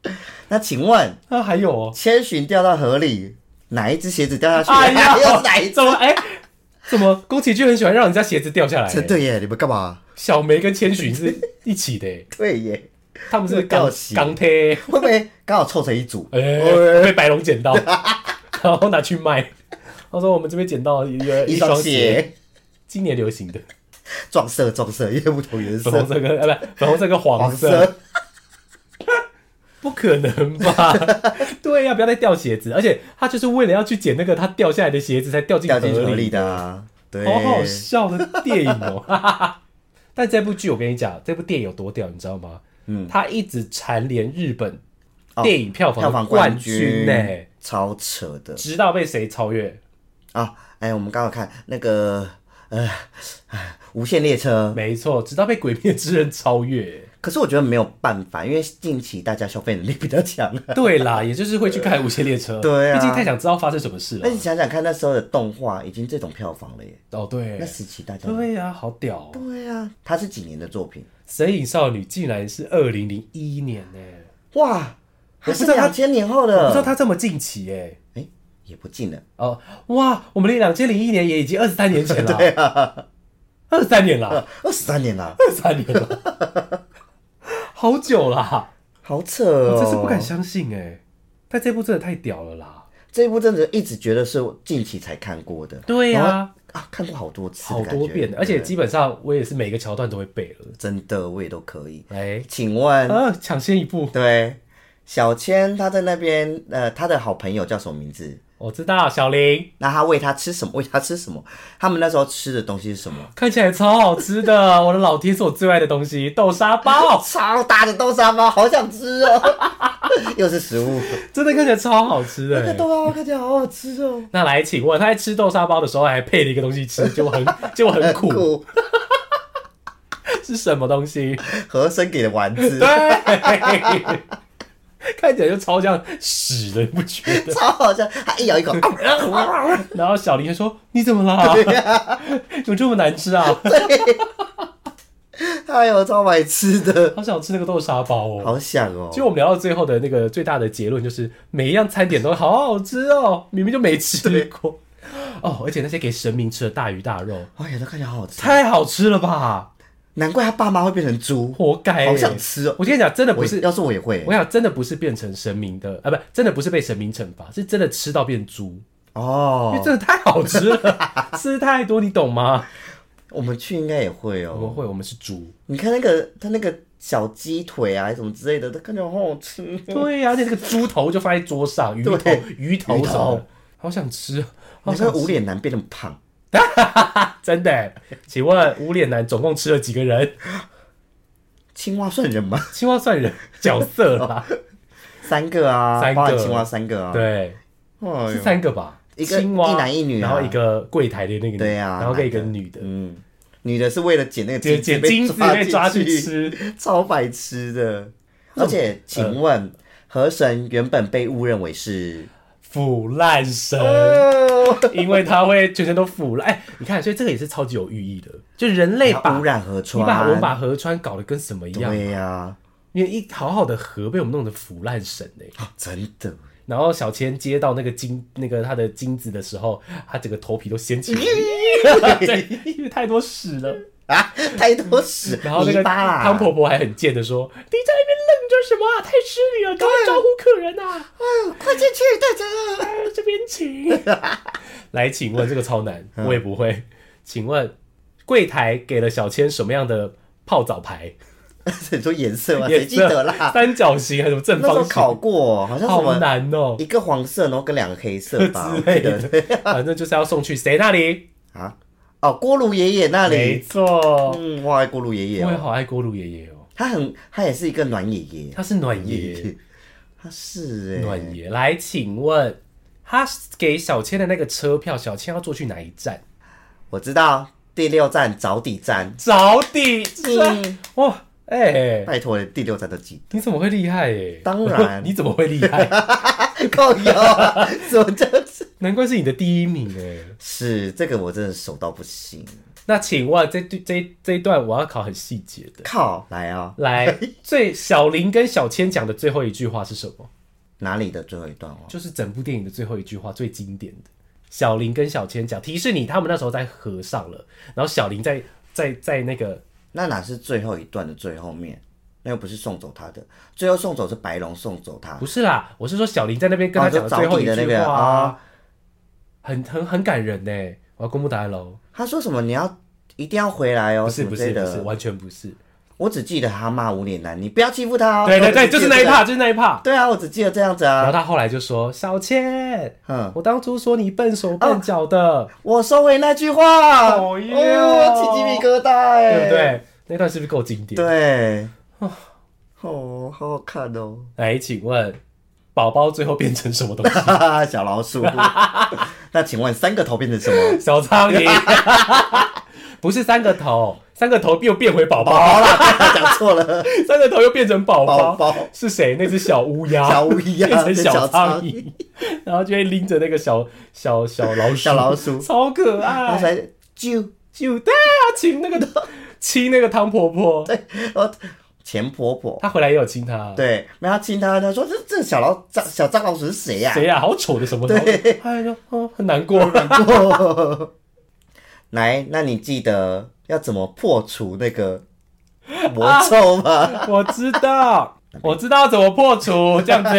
那请问啊，还有哦，千寻掉到河里，哪一只鞋子掉下去？哎呀，又是哪一只怎？么哎？怎么宫崎骏很喜欢让人家鞋子掉下来？哎真的耶！你们干嘛？小梅跟千寻是一起的耶，对耶，他们是港掉鞋港铁，会不会刚好凑成一组？哎、被白龙捡到， 然后拿去卖。他说我们这边捡到一个一双双，鞋今年流 行的撞色撞色，因为不同颜粉红色，色跟呃不粉红色跟黄黄色，色。不可能吧？ 对呀、不要再掉鞋子，而且他就是为了要去捡那个他掉下来的鞋子才掉进掉进河里里的、啊，对，好好笑的电影哦。 但这部剧我跟你讲，这部电影有多屌，你知道吗？嗯，它一直蝉联日本哦电影票房票的房冠军呢、超扯的直到被谁超越？啊！哎，我们刚好看那个呃无限列车。没错，直到被《鬼灭之刃》超越。可是我觉得没有办法，因为近期大家消费能力比较强。对啊啦，也就是会去看《无限列车》， 对啊哎毕竟太想知道发生什么事那你了。想想看，那时候的动画已经这种票房了耶，哦，对那，时期大家对啊呀、好屌、哦！《对啊，它是几年的作品？神隐少女》竟然是二零零一年呢、哇，我不还知是道它两千年后我的，不知道它这么近期哎、哎、也不近了。哦，哇，我们离两千零一年也已经二十三年前 了，对啊，二十三年了，二十三年啦，二十三年了， 好久啦，好扯哦！我真是不敢相信哎、但这部真的太屌了啦，这一部真的一直觉得是我近期才看过的。对呀然后啊，看过好多次的好感觉，多遍，而且基本上我也是每个桥段都会背了，真的我也都可以。哎，请问，呃，抢先一步，对小千她在那边，呃，她的好朋友叫什么名字？我知道小林那她喂她吃什么？喂她吃什么？他们那时候吃的东西是什么？看起来超好吃的，我的老天是我最爱的东西，豆沙 包，超大的豆沙包，好想吃哦！ 又是食物，真的看起来超好吃的、 欸那个豆沙包看起来好好吃哦。那来，请问他在吃豆沙包的时候还配了一个东西吃，就很 就很苦，苦，是什么东西？和生给的丸子， 对，看起来就超像屎的，你不觉得？ 超好笑。他一咬一 口，啊然后小林还说：“你怎么啦？ 怎么这么难吃啊？ 哎呦，超白吃的，好想吃那个豆沙包哦！”好想哦。其实我们聊到最后的那个最大的结论就是，每一样餐点都好好吃哦，明明就没吃过哦，而且那些给神明吃的大鱼大肉，哎呀，都看起来好好吃，太好吃了吧！难怪他爸妈会变成猪，活该、欸，好想吃哦。我跟你讲，真的我不也是要是我也会我想真的不是变成神明的啊，不，真的不是被神明惩罚，是真的吃到变猪，因为哦。真的太好吃了，吃太多，你懂吗？我们去应该也会我们哦。会，我们是猪。你看那个他那个小鸡腿啊，什么之类的，都看起来好好吃。对呀、而且那个猪头就放在桌上，鱼头、鱼头什么的，好想吃，好你看想无吃，脸男变那么胖，真的欸。请问无脸男总共吃了几个人？青蛙算人吗？青蛙算人角色啦，三个啊，三个包含青蛙三个啊。，对，哎是呦，三个吧？一个青蛙一男一女啊然后一个柜台的那个女，对啊然后跟一个男女的，嗯，女的是为了捡那个姐姐金被子被抓去嗯进去吃。 超白痴的。而且，请问河神原本被误认为是腐烂神，因为它会全身都腐烂。哎、你看，所以这个也是超级有寓意的，就人类把污染河你把我们把川，河川搞得跟什么一样？对呀，因为一好好的河被我们弄得腐烂神哎、啊真的，然后小千接到那个金那个他的金子的时候，他整个头皮都掀起来，对，因为太多屎了。啊，太多屎，嗯然后那泥个巴啦，汤婆婆还很贱的说：“你在那边愣着什么啊？太失礼了，赶快招呼客人呐、啊！哎快进去，大 家，哎这边 请。来，请问这个超难，嗯我也不会。请问柜台给了小千什么样的泡澡牌？你说颜色吗？颜谁色记得啦？三角形还是什么正那时方候考形？过，好像什好么难哦、一个黄色，然后跟两个黑色吧，我之记类得的，反正就是要送去谁那里？啊，哦，锅炉爷爷那没里，错，嗯，我爱锅炉爷爷我也哦，好爱锅炉爷爷哦，他很，他也是一个暖爷爷，他是暖爷， 他是哎，暖爷。来，请问他给小千的那个车票，小千要坐去哪一站？我知道第六站找底站，着地啊嗯哇，哎、拜托第六站都记你怎么会厉害耶、当 然你怎么会厉 害？得， 靠腰 啊，怎么就是？难怪是你的第一名哎、是这个我真的熟到不行，那请问这对这这一段我要考很细节的。靠，来啊、来，最小林跟小千讲的最后一句话是什么？哪里的最后一段哦？就是整部电影的最后一句话，最经典的。小林跟小千讲，提示你他们那时候在河上了，然后小林在在在那个那哪是最后一段的最后面？那又不是送走他的，最后送走是白龙送走他不，是啦，我是说小林在那边跟他哦就讲最后一找你的那句个话啊啊，很很很感人呢。我要公布答案喽，他说什么你要一定要回来哦，不是什么不之类是不是，的。完全不是。我只记得他骂无脸男，你不要欺负他哦。对对我对，只就是记得那一这趴，样。就是那一趴。对啊，我只记得这样子然后啊。他后来就说：“小千，嗯，我当初说你笨手笨脚的，我收回那句话。讨厌哦起鸡皮疙瘩哎、对不？对？那段是不是够经典？”对，哦，好好看哦， 来，哎请问宝宝最后变成什么东 西？哈 哈，小老鼠。那请问三个头变成什么？ 小苍蝇。不是三个头，三个头又变回宝宝宝，啦，讲错了，三个头又变成宝宝宝，宝是谁？那只小乌鸦，小乌 鸦变成跟小小苍苍蝇，然后就会拎着那个小小小老鼠，小老鼠超可他爱。才就就对啊，亲那 个亲那个汤婆婆，哦钱婆婆，她回来也有亲她。对，没有他亲他，他说这这小老蟑小蟑螂鼠是谁啊呀、谁呀、好丑的什么？对哎呦，哦很难过。来，那你记得要怎么破除那个魔咒吗？我知道，我知道怎么破除这样子。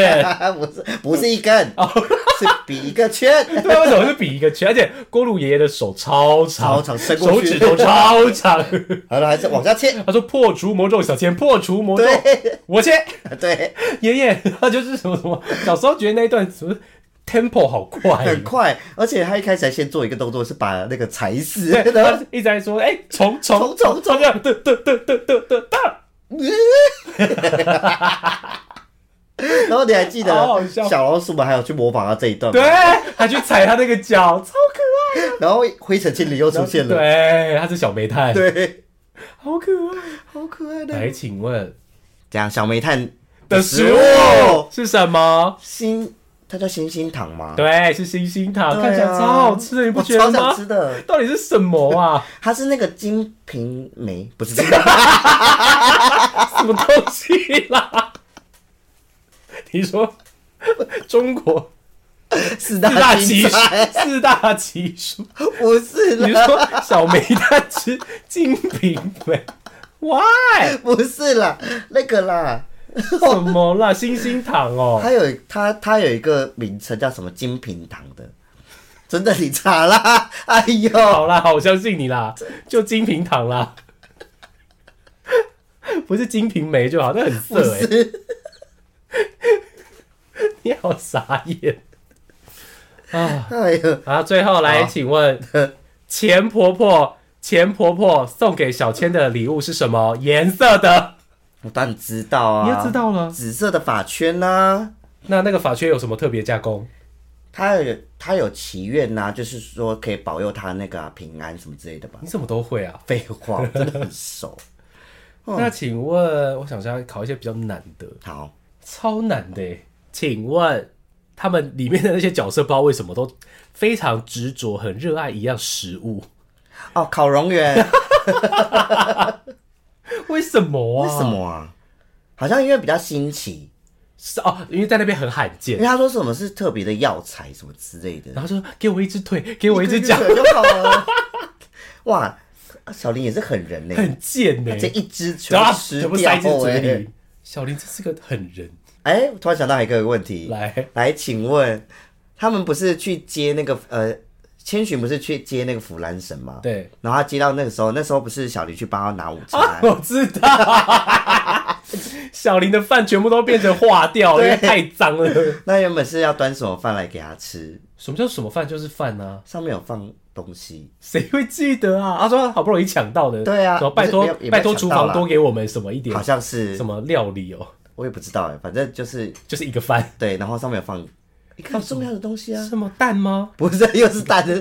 不是，不是一根，哦是比一个圈。对，为什么是比一个圈？而且锅炉爷爷的手超长，超长伸过手去指头超长。好了，还是往下切。他说破除魔咒，小千破除魔咒，我切对，爷爷，他就是什么什么。小时候觉得那一段什么 tempo 好快很。快，而且他一开始还先做一个动作，是把那个踩死，对， 然他后一直在说，哎，虫虫虫虫虫，这样，对对对对对对，哒然后你还记得好好笑小老鼠们还有去模仿他这一段吗对，还去踩他那个脚，超可爱。然后灰尘精灵又出现了，对，他是小煤炭，，对，好可爱。好可爱的。来，请问这样，小煤炭的食物是什么？星，它叫星星糖吗？对，是星星糖，对啊，看起来超好吃的，你不觉得我超吗想？吃的，到底是什么啊？ 它是那个金瓶梅，不是金瓶梅，什么东西啦？你说中国 四四大大奇金书 牌，，四大奇书，不是你啦，说小梅她吃金瓶梅，why？ 不是啦，那个啦，什么啦？星星糖哦，它有它它有一个名称叫什么金瓶糖的，真的你查啦， 哎呦，好啦，好我相信你啦，就金瓶糖啦， 不是金瓶梅就好，那很不色哎、是，你好傻眼啊！哎呦，好，最后来，好请问钱婆婆，钱婆婆送给小千的礼物是什么颜色的？我当然知道啊，你也知道了。紫色的发圈呐、那那个法圈有什么特别加工？它有它有祈愿呐、就是说可以保佑他那个啊、平安什么之类的吧。你怎么都会啊？废话，我真的很熟。哦那请问，我想想，考一些比较难的，好，超难的耶。请问他们里面的那些角色，不知道为什么都非常执着，很热爱一样食物，哦，烤蝾螈。为什么为啊？什么啊？好像因为比较新奇，是哦，因为在那边很罕因见为。他说什么是特别的药材什么之类的，然后就说给我一只腿，给我一只脚，个就好了。哇，小林也是狠人呢、很贱呢、这一只全然后部他吃全部塞掉进哎、嘴里。小林真是个狠人，哎、我突然想到一个问题，来，来，请问他们不是去接那个呃，千寻不是去接那个腐兰神吗？。对，然后他接到那个时候，那时候不是小林去帮他拿午餐，啊， 我知道， 小林的饭全部都变成化掉了，因为太脏了。那原本是要端什么饭来给他吃？什么叫什么饭就是饭啊？上面有放东西，谁会记得啊？他说好不容易抢到的，对啊说不拜是没托有也没有拜托抢厨到啦房多给我们什么一点好像是什么料理哦，我也不知道哎、反正就是就是一个饭，对，然后上面有放一个很重要的东西啊，什么蛋吗？ 不是又是蛋，是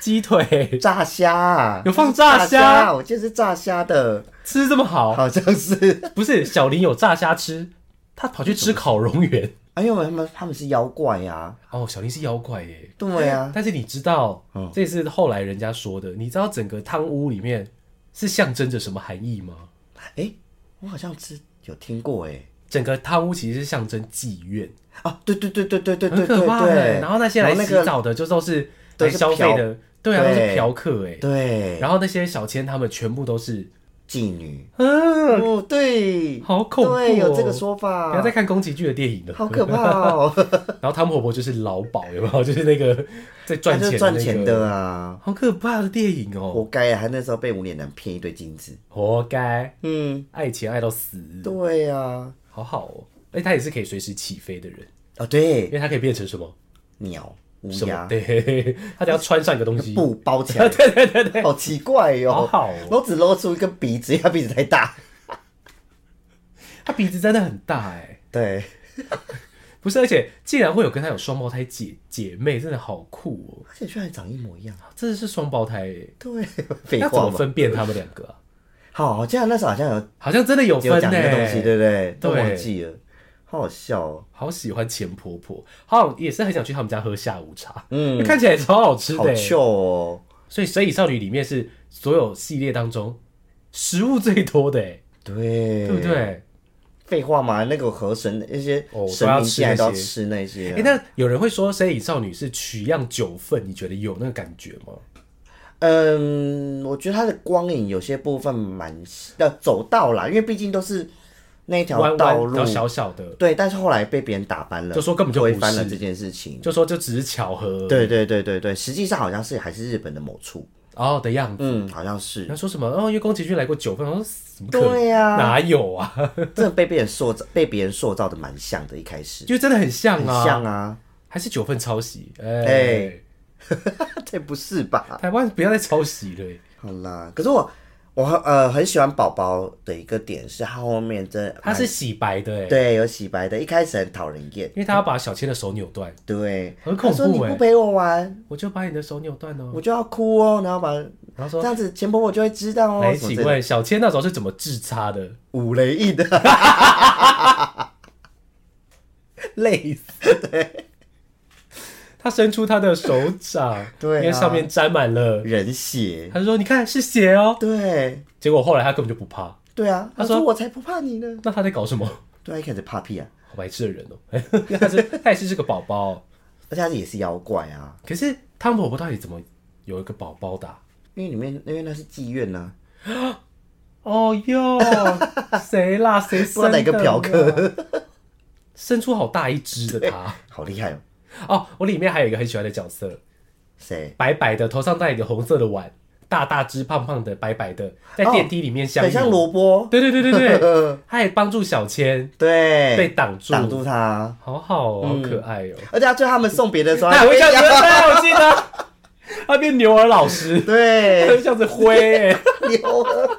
鸡腿炸虾、啊， 有放炸虾是啊我记得是炸虾的，吃这么好，好像是。 不是小林有炸虾吃，他跑去吃烤蝾螈。哎呦，他们他们是妖怪呀、啊，哦，小林是妖怪耶。对呀、啊，但是你知道，哦这是后来人家说的。你知道整个汤屋里面是象征着什么含义吗？哎、我好像是有听过哎、整个汤屋其实是象征妓院，啊，对对对对对对对很对可怕对的。，然后那些来洗然后那个澡的，就都是都来是消费的，对啊，都对是嫖客哎。对，然后那些小千他们全部都是，妓女，嗯，哦对，好恐怖哦对，有这个说法，不要再看宫崎骏的电影了。好可怕哦，然后汤婆婆就是老鸨，有没有？ 就是那个在 赚他钱就的赚那个钱的啊，好可怕的电影哦，活该啊！他那时候被无脸男骗一堆金子，活该，嗯，爱钱爱到死，对呀、啊，好好哦。哎，他也是可以随时起飞的人。哦因对，为它可以变成什么鸟、乌什么？鸦、对， 它只要穿上一个东西，布哦包起 来，对对对对，好奇怪哟、好好哦然后只露出一根鼻子，因为它鼻子太大，它鼻子真的很大哎、对，不是，而且竟然会有跟他有双胞胎姐姐妹，真的好酷而且居然长一模一样。哦！真的是双胞胎耶，对， 废那怎话么嘛。分辨他们两个啊？好，这样那时候好像有好像真的有有分讲呢这个东西，对不对？都对忘记了，好好笑哦。好喜欢钱婆婆，好也是很想去他们家喝下午茶，嗯，看起来超好吃好的耶。欸糗哦。所以《神隐少女》里面是所有系列当中食物最多的耶，欸对，对不？对？废话嘛，那个河神那些哦都神要明吃竟然那都要些吃那些啊、哎、那有人会说《神隐少女》是取样九份，你觉得有那个感觉吗？嗯，我觉得它的光影有些部分蛮要走道啦，因为毕竟都是那一条弯道弯路比较小小的，对，但是后来被别人打翻了，就说根本就不推翻了是这件事情。就说这只是巧合，对对对对对，实际上好像是还是日本的某处，哦的样子。嗯，好像 是他，说什么？哦，因为宫崎骏来过九份，我说什么可能？对呀、哪有啊？真的被别人塑造，被别人塑造的蛮像的，一开始就真的很像很啊，像啊， 还是九份抄袭？哎、哎这不是吧？台湾不要再抄袭了、哎好啦，可是我我呃很喜欢宝宝的一个点是，他后面真的他是洗白的、哎，对有洗白的，一开始很讨人厌，因为他要把小千的手扭断，对，很恐他说你怖哎、不陪我玩，我就把你的手扭断哦。我就要哭哦，然后把然后这说，样子钱婆婆就会知道哦来，，什请么之类的问小千那时候是怎么自杀的？五雷印的，累死。他伸出他的手掌，对啊因为上面沾满了。人血，他就说：“你看是血哦。对”结果后来他根本就不怕，对啊，他他说说我才不怕你呢，那他在搞什么？对啊，一开始怕屁啊，好白痴的人哦、 他是他也是这个宝宝哦、而且他也是妖怪啊，可是汤婆婆到底怎么有一个宝宝的啊、因为里面因为那是妓院呐、啊，哦 哟，谁啦？谁生不知道哪个的嫖客 啦？生出好大一只的他好厉害哦，哦！我里面还有一个很喜欢的角色，谁？白白的，头上戴一个红色的碗，大大只、胖胖的、白白的，在电梯里面相遇。哦很像萝卜，对对对对对，他也帮助小千 对，被挡住，挡住他。好好哦，嗯好可爱哦。而且他最后他们送别的时候，他还会这样子，哎呀哎我记得，他变牛儿老师，他对， 会这样子挥，哎牛儿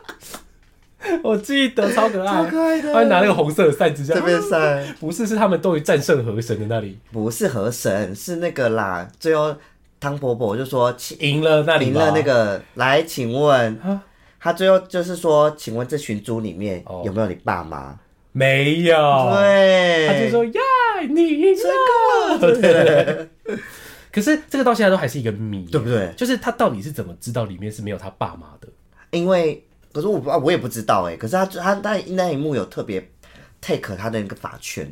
我记得超可爱，超可爱的他会拿那个红色的扇子这这样，边塞，不是，是他们终于战胜河神的那里，不是河神，是那个啦。最后汤婆婆就说，请赢了那里赢吧，了那个，来，请问啊他最后就是说，请问这群猪里面哦有没有你爸妈？没有，对，他就说呀，你赢了，对。 可是这个到现在都还是一个谜，对不对？就是他到底是怎么知道里面是没有他爸妈的？因为可是我不，我也不知道哎、可是他他那那一幕有特别 take 他的那个法圈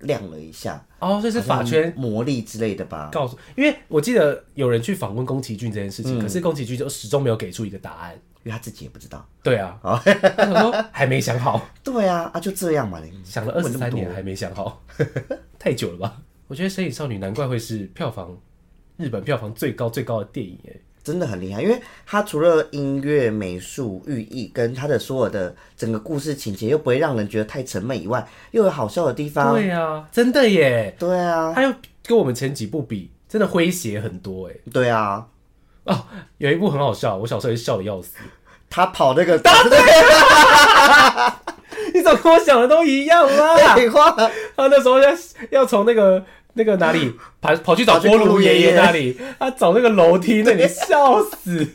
亮了一下，哦，所以是法圈魔力之类的吧？告诉，因为我记得有人去访问宫崎骏这件事嗯情，可是宫崎骏就始终没有给出一个答案。因为他自己也不知道。对啊，哦他想说还没想好，对啊，啊就这样嘛，你想 了二十三年还没想好， 太久了吧？我觉得《神隐少女》难怪会是票房日本票房最高最高的电影哎。真的很厉害，因为它除了音乐、美术、寓意跟它的所有的整个故事情节，又不会让人觉得太沉闷以外，又有好笑的地方。对啊，真的耶，对啊，他又跟我们前几部比，真的诙谐很多哎。对啊，哦，有一部很好笑，我小时候也是笑的要死。他跑那个答对你怎么跟我想的都一样啦？话，他那时候要要从那个那个哪里跑跑去找锅炉爷爷那里，他找那个楼梯那里，笑死，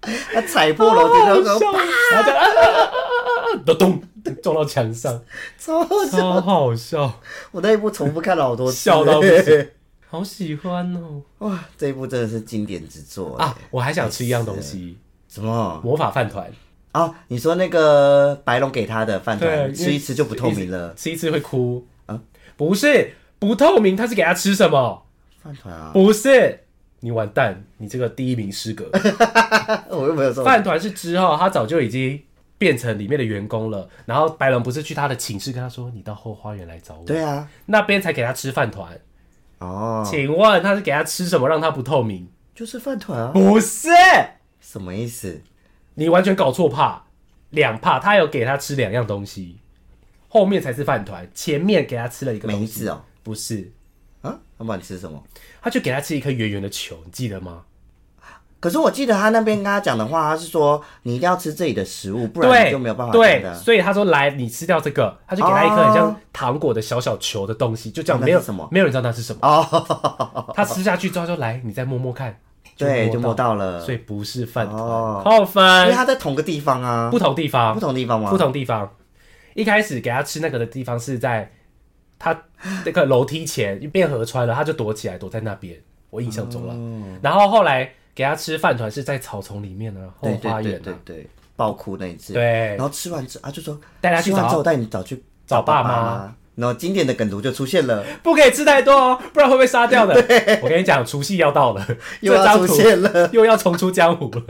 他踩破楼梯的时笑候，死，然后就啊啊啊啊啊，咚咚撞到墙上，超好笑。超好笑，我那一部重复看了好多次，笑到不行。好喜欢哦 哇，这一部真的是经典之作欸啊！！我还想吃一样东西，什么？魔法饭团，哦，你说那个白龙给他的饭团，对，吃一吃就不透明了。吃一次会哭啊？不是不透明，他是给他吃什么？饭团啊， 不是，你完蛋，你这个第一名失格。我又没有说饭团是之后，他早就已经变成里面的员工了。然后白龙不是去他的寝室跟他说：“你到后花园来找我。”对啊，那边才给他吃饭团。哦，请问他是给他吃什么让他不透明？就是饭团啊，不是，什么意思？你完全搞错帕，两帕，他有给他吃两样东西，后面才是饭团，前面给他吃了一个梅东子西，哦，不是，啊，老板吃什么？他就给他吃一颗圆圆的球，你记得吗？可是我记得他那边跟他讲的话，他是说你一定要吃这里的食物，不然你对，就没有办法真对，的。所以他说来，你吃掉这个，他就给他一颗很哦像糖果的小小球的东西，就这样，哦那没有是什么没有人知道那是什么。 哦，他吃下去之后就来，你再摸摸看，对，就就摸到，到了，所以不是饭团，哦扣因为分，他在同个地方啊，不同地方不，同地方吗？不同地方。一开始给他吃那个的地方是在他那个楼梯前，因为变河川了，他就躲起来，躲在那边。我印象中了。哦然后后来给他吃饭团是在草丛里面啊呢，后对花对对园对呢。对，爆哭那一次。对然，后吃完之后啊，就说带他去吃完找之后，我带你找去找爸爸妈妈。然后经典的梗图就出现 了，不可以吃太多哦，不然会被杀掉的。 我跟你讲，除夕要到了，又这要张出图现了 又要重出江湖 了。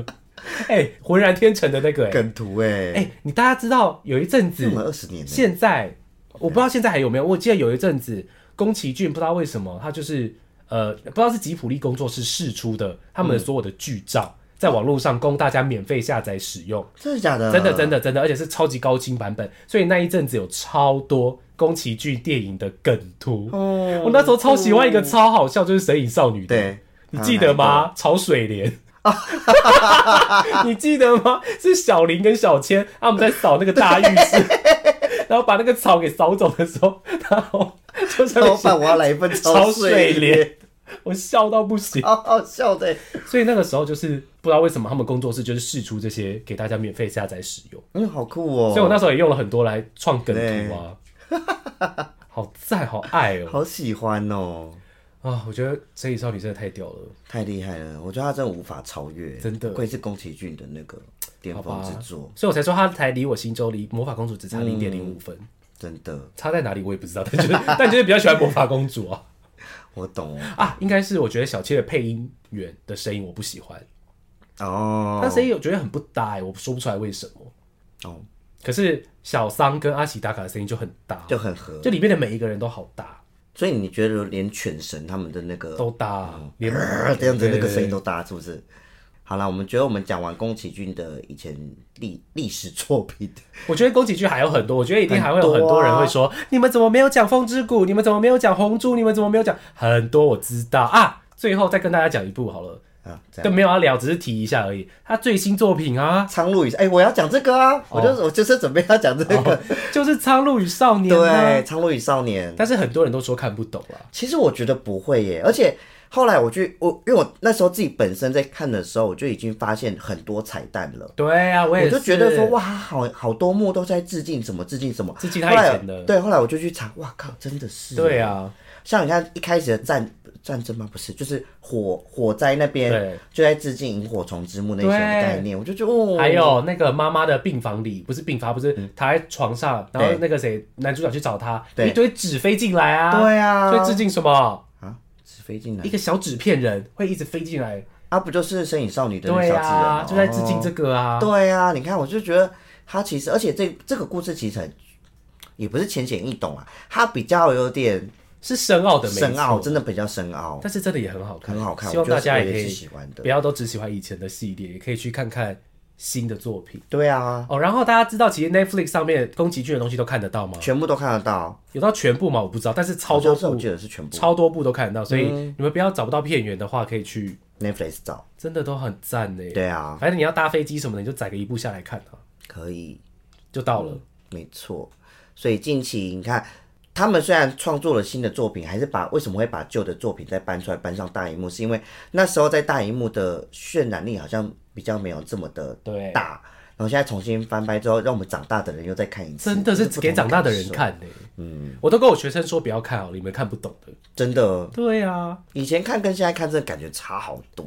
哎、浑然天成的那个、哎梗图哎，哎、你大家知道有一阵子用了二十年呢，现在我不知道现在还有没有，我记得有一阵子宫崎骏不知道为什么他就是呃不知道是吉普力工作室试出的他嗯们的所有的剧照，在网络上供大家免费下载使用，真的假的？真的真的。的真的，而且是超级高清版本，所以那一阵子有超多宫崎骏电影的梗图。我那时候超喜欢一个超好笑，就是《神隐少女》的。对，你记得吗？潮水莲， 你记得吗？是小林跟小千他们在扫那个大浴室，然后把那个草给扫走的时候，然后 就还上面有一个？老写板，我要 来一份潮水水莲，我笑到不行。 好好笑的。所以那个时候就是不知道为什么他们工作室就是试出这些给大家免费下载使用，嗯，好酷哦。所以我那时候也用了很多来创梗图对啊， 好赞好爱哦好喜欢哦，啊！我觉得《神隐少女》真的太屌了。太厉害了！我觉得他真的无法超越，真的不愧是宫崎骏的那个巅好峰吧之作，所以我才说他才离我心中离魔法公主只差零点零五嗯分，真的，差在哪里我也不知道，但就是 但就是比较喜欢魔法公主啊我懂哦啊，应该是我觉得小切的配音员的声音我不喜欢，哦。他声音我觉得很不搭、欸，我说不出来为什么。哦，可是小桑跟阿喜达卡的声音就很搭，就很合。就里面的每一个人都好搭，所以你觉得连犬神他们的那个都搭啊、连呃 这样子那个声音都都搭，是不是？好了，我们觉得我们讲完宫崎骏的以前历历史作 品，我觉得宫崎骏还有很多，我觉得一定还会有很很多啊多人会说，你们怎么没有讲《风之谷》？你们怎么没有讲《红猪》？你们怎么没有讲很多？我知道啊，最后再跟大家讲一部好了。啊，这样。更没有要聊，只是提一下而已。他最新作品 啊，苍鹭与哎、我要讲这个啊！哦我就是我就是准备要讲这个，就是《苍鹭与少年》对，《啊。苍鹭与少年》。但是很多人都说看不懂啊。其实我觉得不会耶，而且后来我去我因为我那时候自己本身在看的时候，我就已经发现很多彩蛋了。对啊，我也我是就觉得说，哇，好好多幕都在致敬什么致敬什么，致敬他后来以前的对，后来我就去查，哇靠，真的是。对，啊，像你看一开始的战战争吗？不是，就是火火灾那边对就在致敬萤火虫之墓那些的概念，我就觉得哦，还有那个妈妈的病房里，不是病房，不是躺在床上，然后嗯对那个谁，男主角去找他，对一堆纸飞进来啊。对啊所以致敬什么？啊，纸飞进来一个小纸片人会一直飞进来。啊，不就是《身影少女》的那对小纸人哦啊吗，就在致敬这个啊。对啊，你看，我就觉得他其实，而且这这个故事其实很，也不是浅显易懂啊，它比较有点是深奥的，没错深奥，，真的比较深奥，但是真的也很好看，很好看。希望大家我也觉得可我也以是喜欢的不。要都只喜欢以前的系列，也可以去看看新的作品对啊，哦。然后大家知道，其实 Netflix 上面宫崎骏的东西都看得到吗？全部都看得到，有到全部吗？我不知道，但是超好多像是我嗯部记，得是全部超多部都看得到，所以你们不要找不到片源的话，可以去， Netflix 找。真的都很赞呢。对啊，反正你要搭飞机什么的，你就载个一部下来看啊，可以，就到了。没错。所以近期你看，他们虽然创作了新的作品，还是把为什么会把旧的作品再搬出来搬上大荧幕，是因为那时候在大荧幕的渲染力好像比较没有这么的对，大，然后现在重新翻拍之后，让我们长大的人又再看一次，真的是这不同给长大的人感受，看呢。嗯，我都跟我学生说不要看哦好了，你们看不懂的。真的，对啊，以前看跟现在看真的感觉差好多。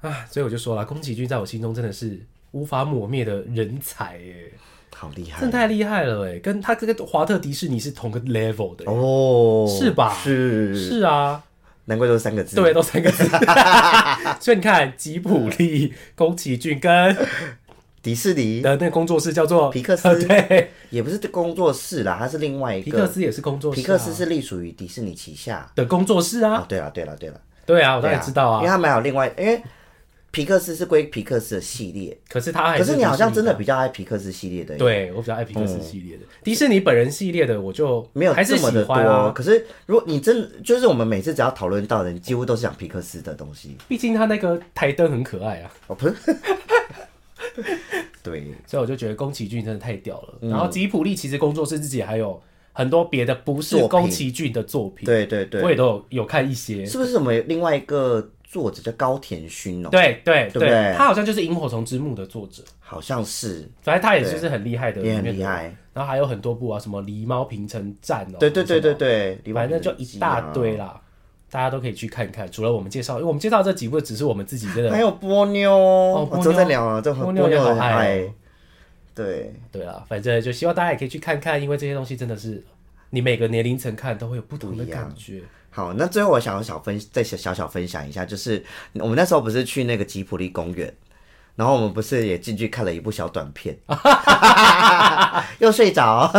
啊，所以我就说了，宫崎骏在我心中真的是无法抹灭的人才耶，哎好厉害真的太厉害了哎，跟他这个华特迪士尼是同个 level 的耶。哦，是吧是，是啊，难怪都是三个字。对，，都三个 字。所以你看，吉卜力、宫崎骏跟呃迪士尼的那个工作室叫做嗯皮克斯 对，也不是工作室啦，它是另外一个。皮克斯也是工作室、啊，皮克斯是隶属于迪士尼旗下。哦的工作室啊。啊，对了，对了，对了，对啊，我当然知道因为啊。他们还有另外，因为皮克斯是归皮克斯的系列，可是他还可是你好像迪士真尼的比较爱皮克斯系列的耶，对我比较爱皮克斯系列的，迪士尼本人系列的我就嗯没有还是这么的喜多。哦欢啊，可是如果你真的就是我们每次只要讨论到的，你几乎都是讲皮克斯的东西。毕竟他那个台灯很可爱啊，哦， 不是，对，所以我就觉得宫崎骏真的太屌了。嗯然后吉普力其实工作室自己还有很多别的不是作品宫崎骏的作品，对对我也对，都有有看一些。是不是我们有另外一个作者叫高田勋哦？，对对对不对他好像就是《萤火虫之墓》的作者，好像是，反正他也就是很厉害的，也很厉。害。然后还有很多部啊，什么《狸猫平城站》哦，对对对对什么，对，李反正就宝一大堆啦，大家都可以去看看。除了我们介绍，因为我们介绍这几部只是我们自己真啊，还的有波妞，哦波妞之后再聊啊，这很波妞妞也好很爱哦爱，对，对啦，反正就希望大家也可以去看看，因为这些东西真的是你每个年龄层看都会有不同的不一样感觉。好，那最后我想要小分再小小小分享一下，就是我们那时候不是去那个吉普力公园，然后我们不是也进去看了一部小短 片， 又睡着。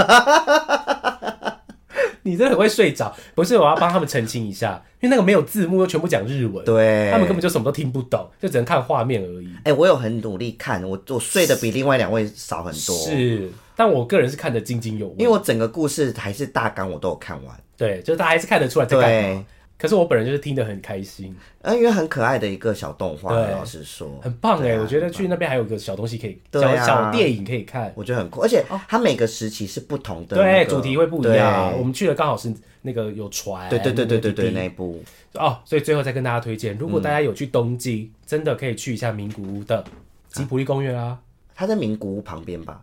你真的很会睡着，不是？我要帮他们澄清一下，因为那个没有字幕，又全部讲日文，对，他们根本就什么都听不懂，就只能看画面而已。哎、我有很努力看，我我睡得比另外两位少很多，是，但我个人是看得津津有味，因为我整个故事还是大纲我都有看完。对，就是大家还是看得出来在干嘛对。，可是我本人就是听得很开心，呃，因为很可爱的一个小动画，对老实说，很棒哎、对啊我觉得去那边还有个小东西可以，对小啊小电影可以看，我觉得很酷，而且它每个时期是不同的、哦对，那个主题会不一样。对我们去了刚好是那个有船，对对对对对对，那那个一部地方哦，所以最后再跟大家推嗯荐，如果大家有去东京，真的可以去一下名古屋的吉卜力公园啊，它在名古屋旁边吧？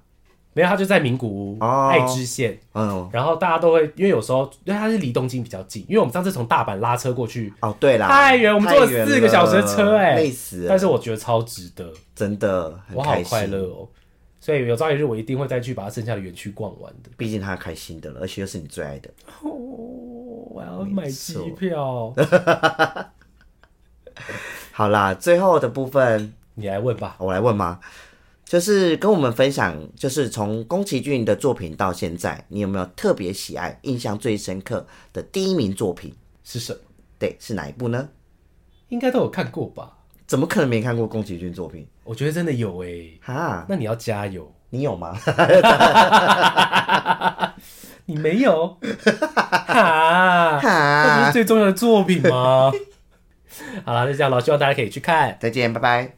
没有，它就在名古屋、哦爱知县。嗯，然后大家都会，因为有时候因为它是离东京比较近，因为我们上次从大阪拉车过去，哦，对啦，太远我们坐了太远四个小时的车哎累死了但是我觉得超值得，真的啊很我好开心。快乐哦。所以有朝一日我一定会再去把它剩下的园区逛完的。毕竟它开心的了，而且又是你最爱的。哦，我要买机票，好啦，最后的部分你来问吧。我来问吗？就是跟我们分享，就是从宫崎骏的作品到现在，你有没有特别喜爱、印象最深刻的第一名作品？是什么？对，是哪一部呢？应该都有看过吧？怎么可能没看过宫崎骏作品？我觉得真的有哎、哈，那你要加油，你有吗？你没有？ 哈，啊这不是哈，最重要的作品吗？好啦，就这样了，希望大家可以去看。再见，拜拜。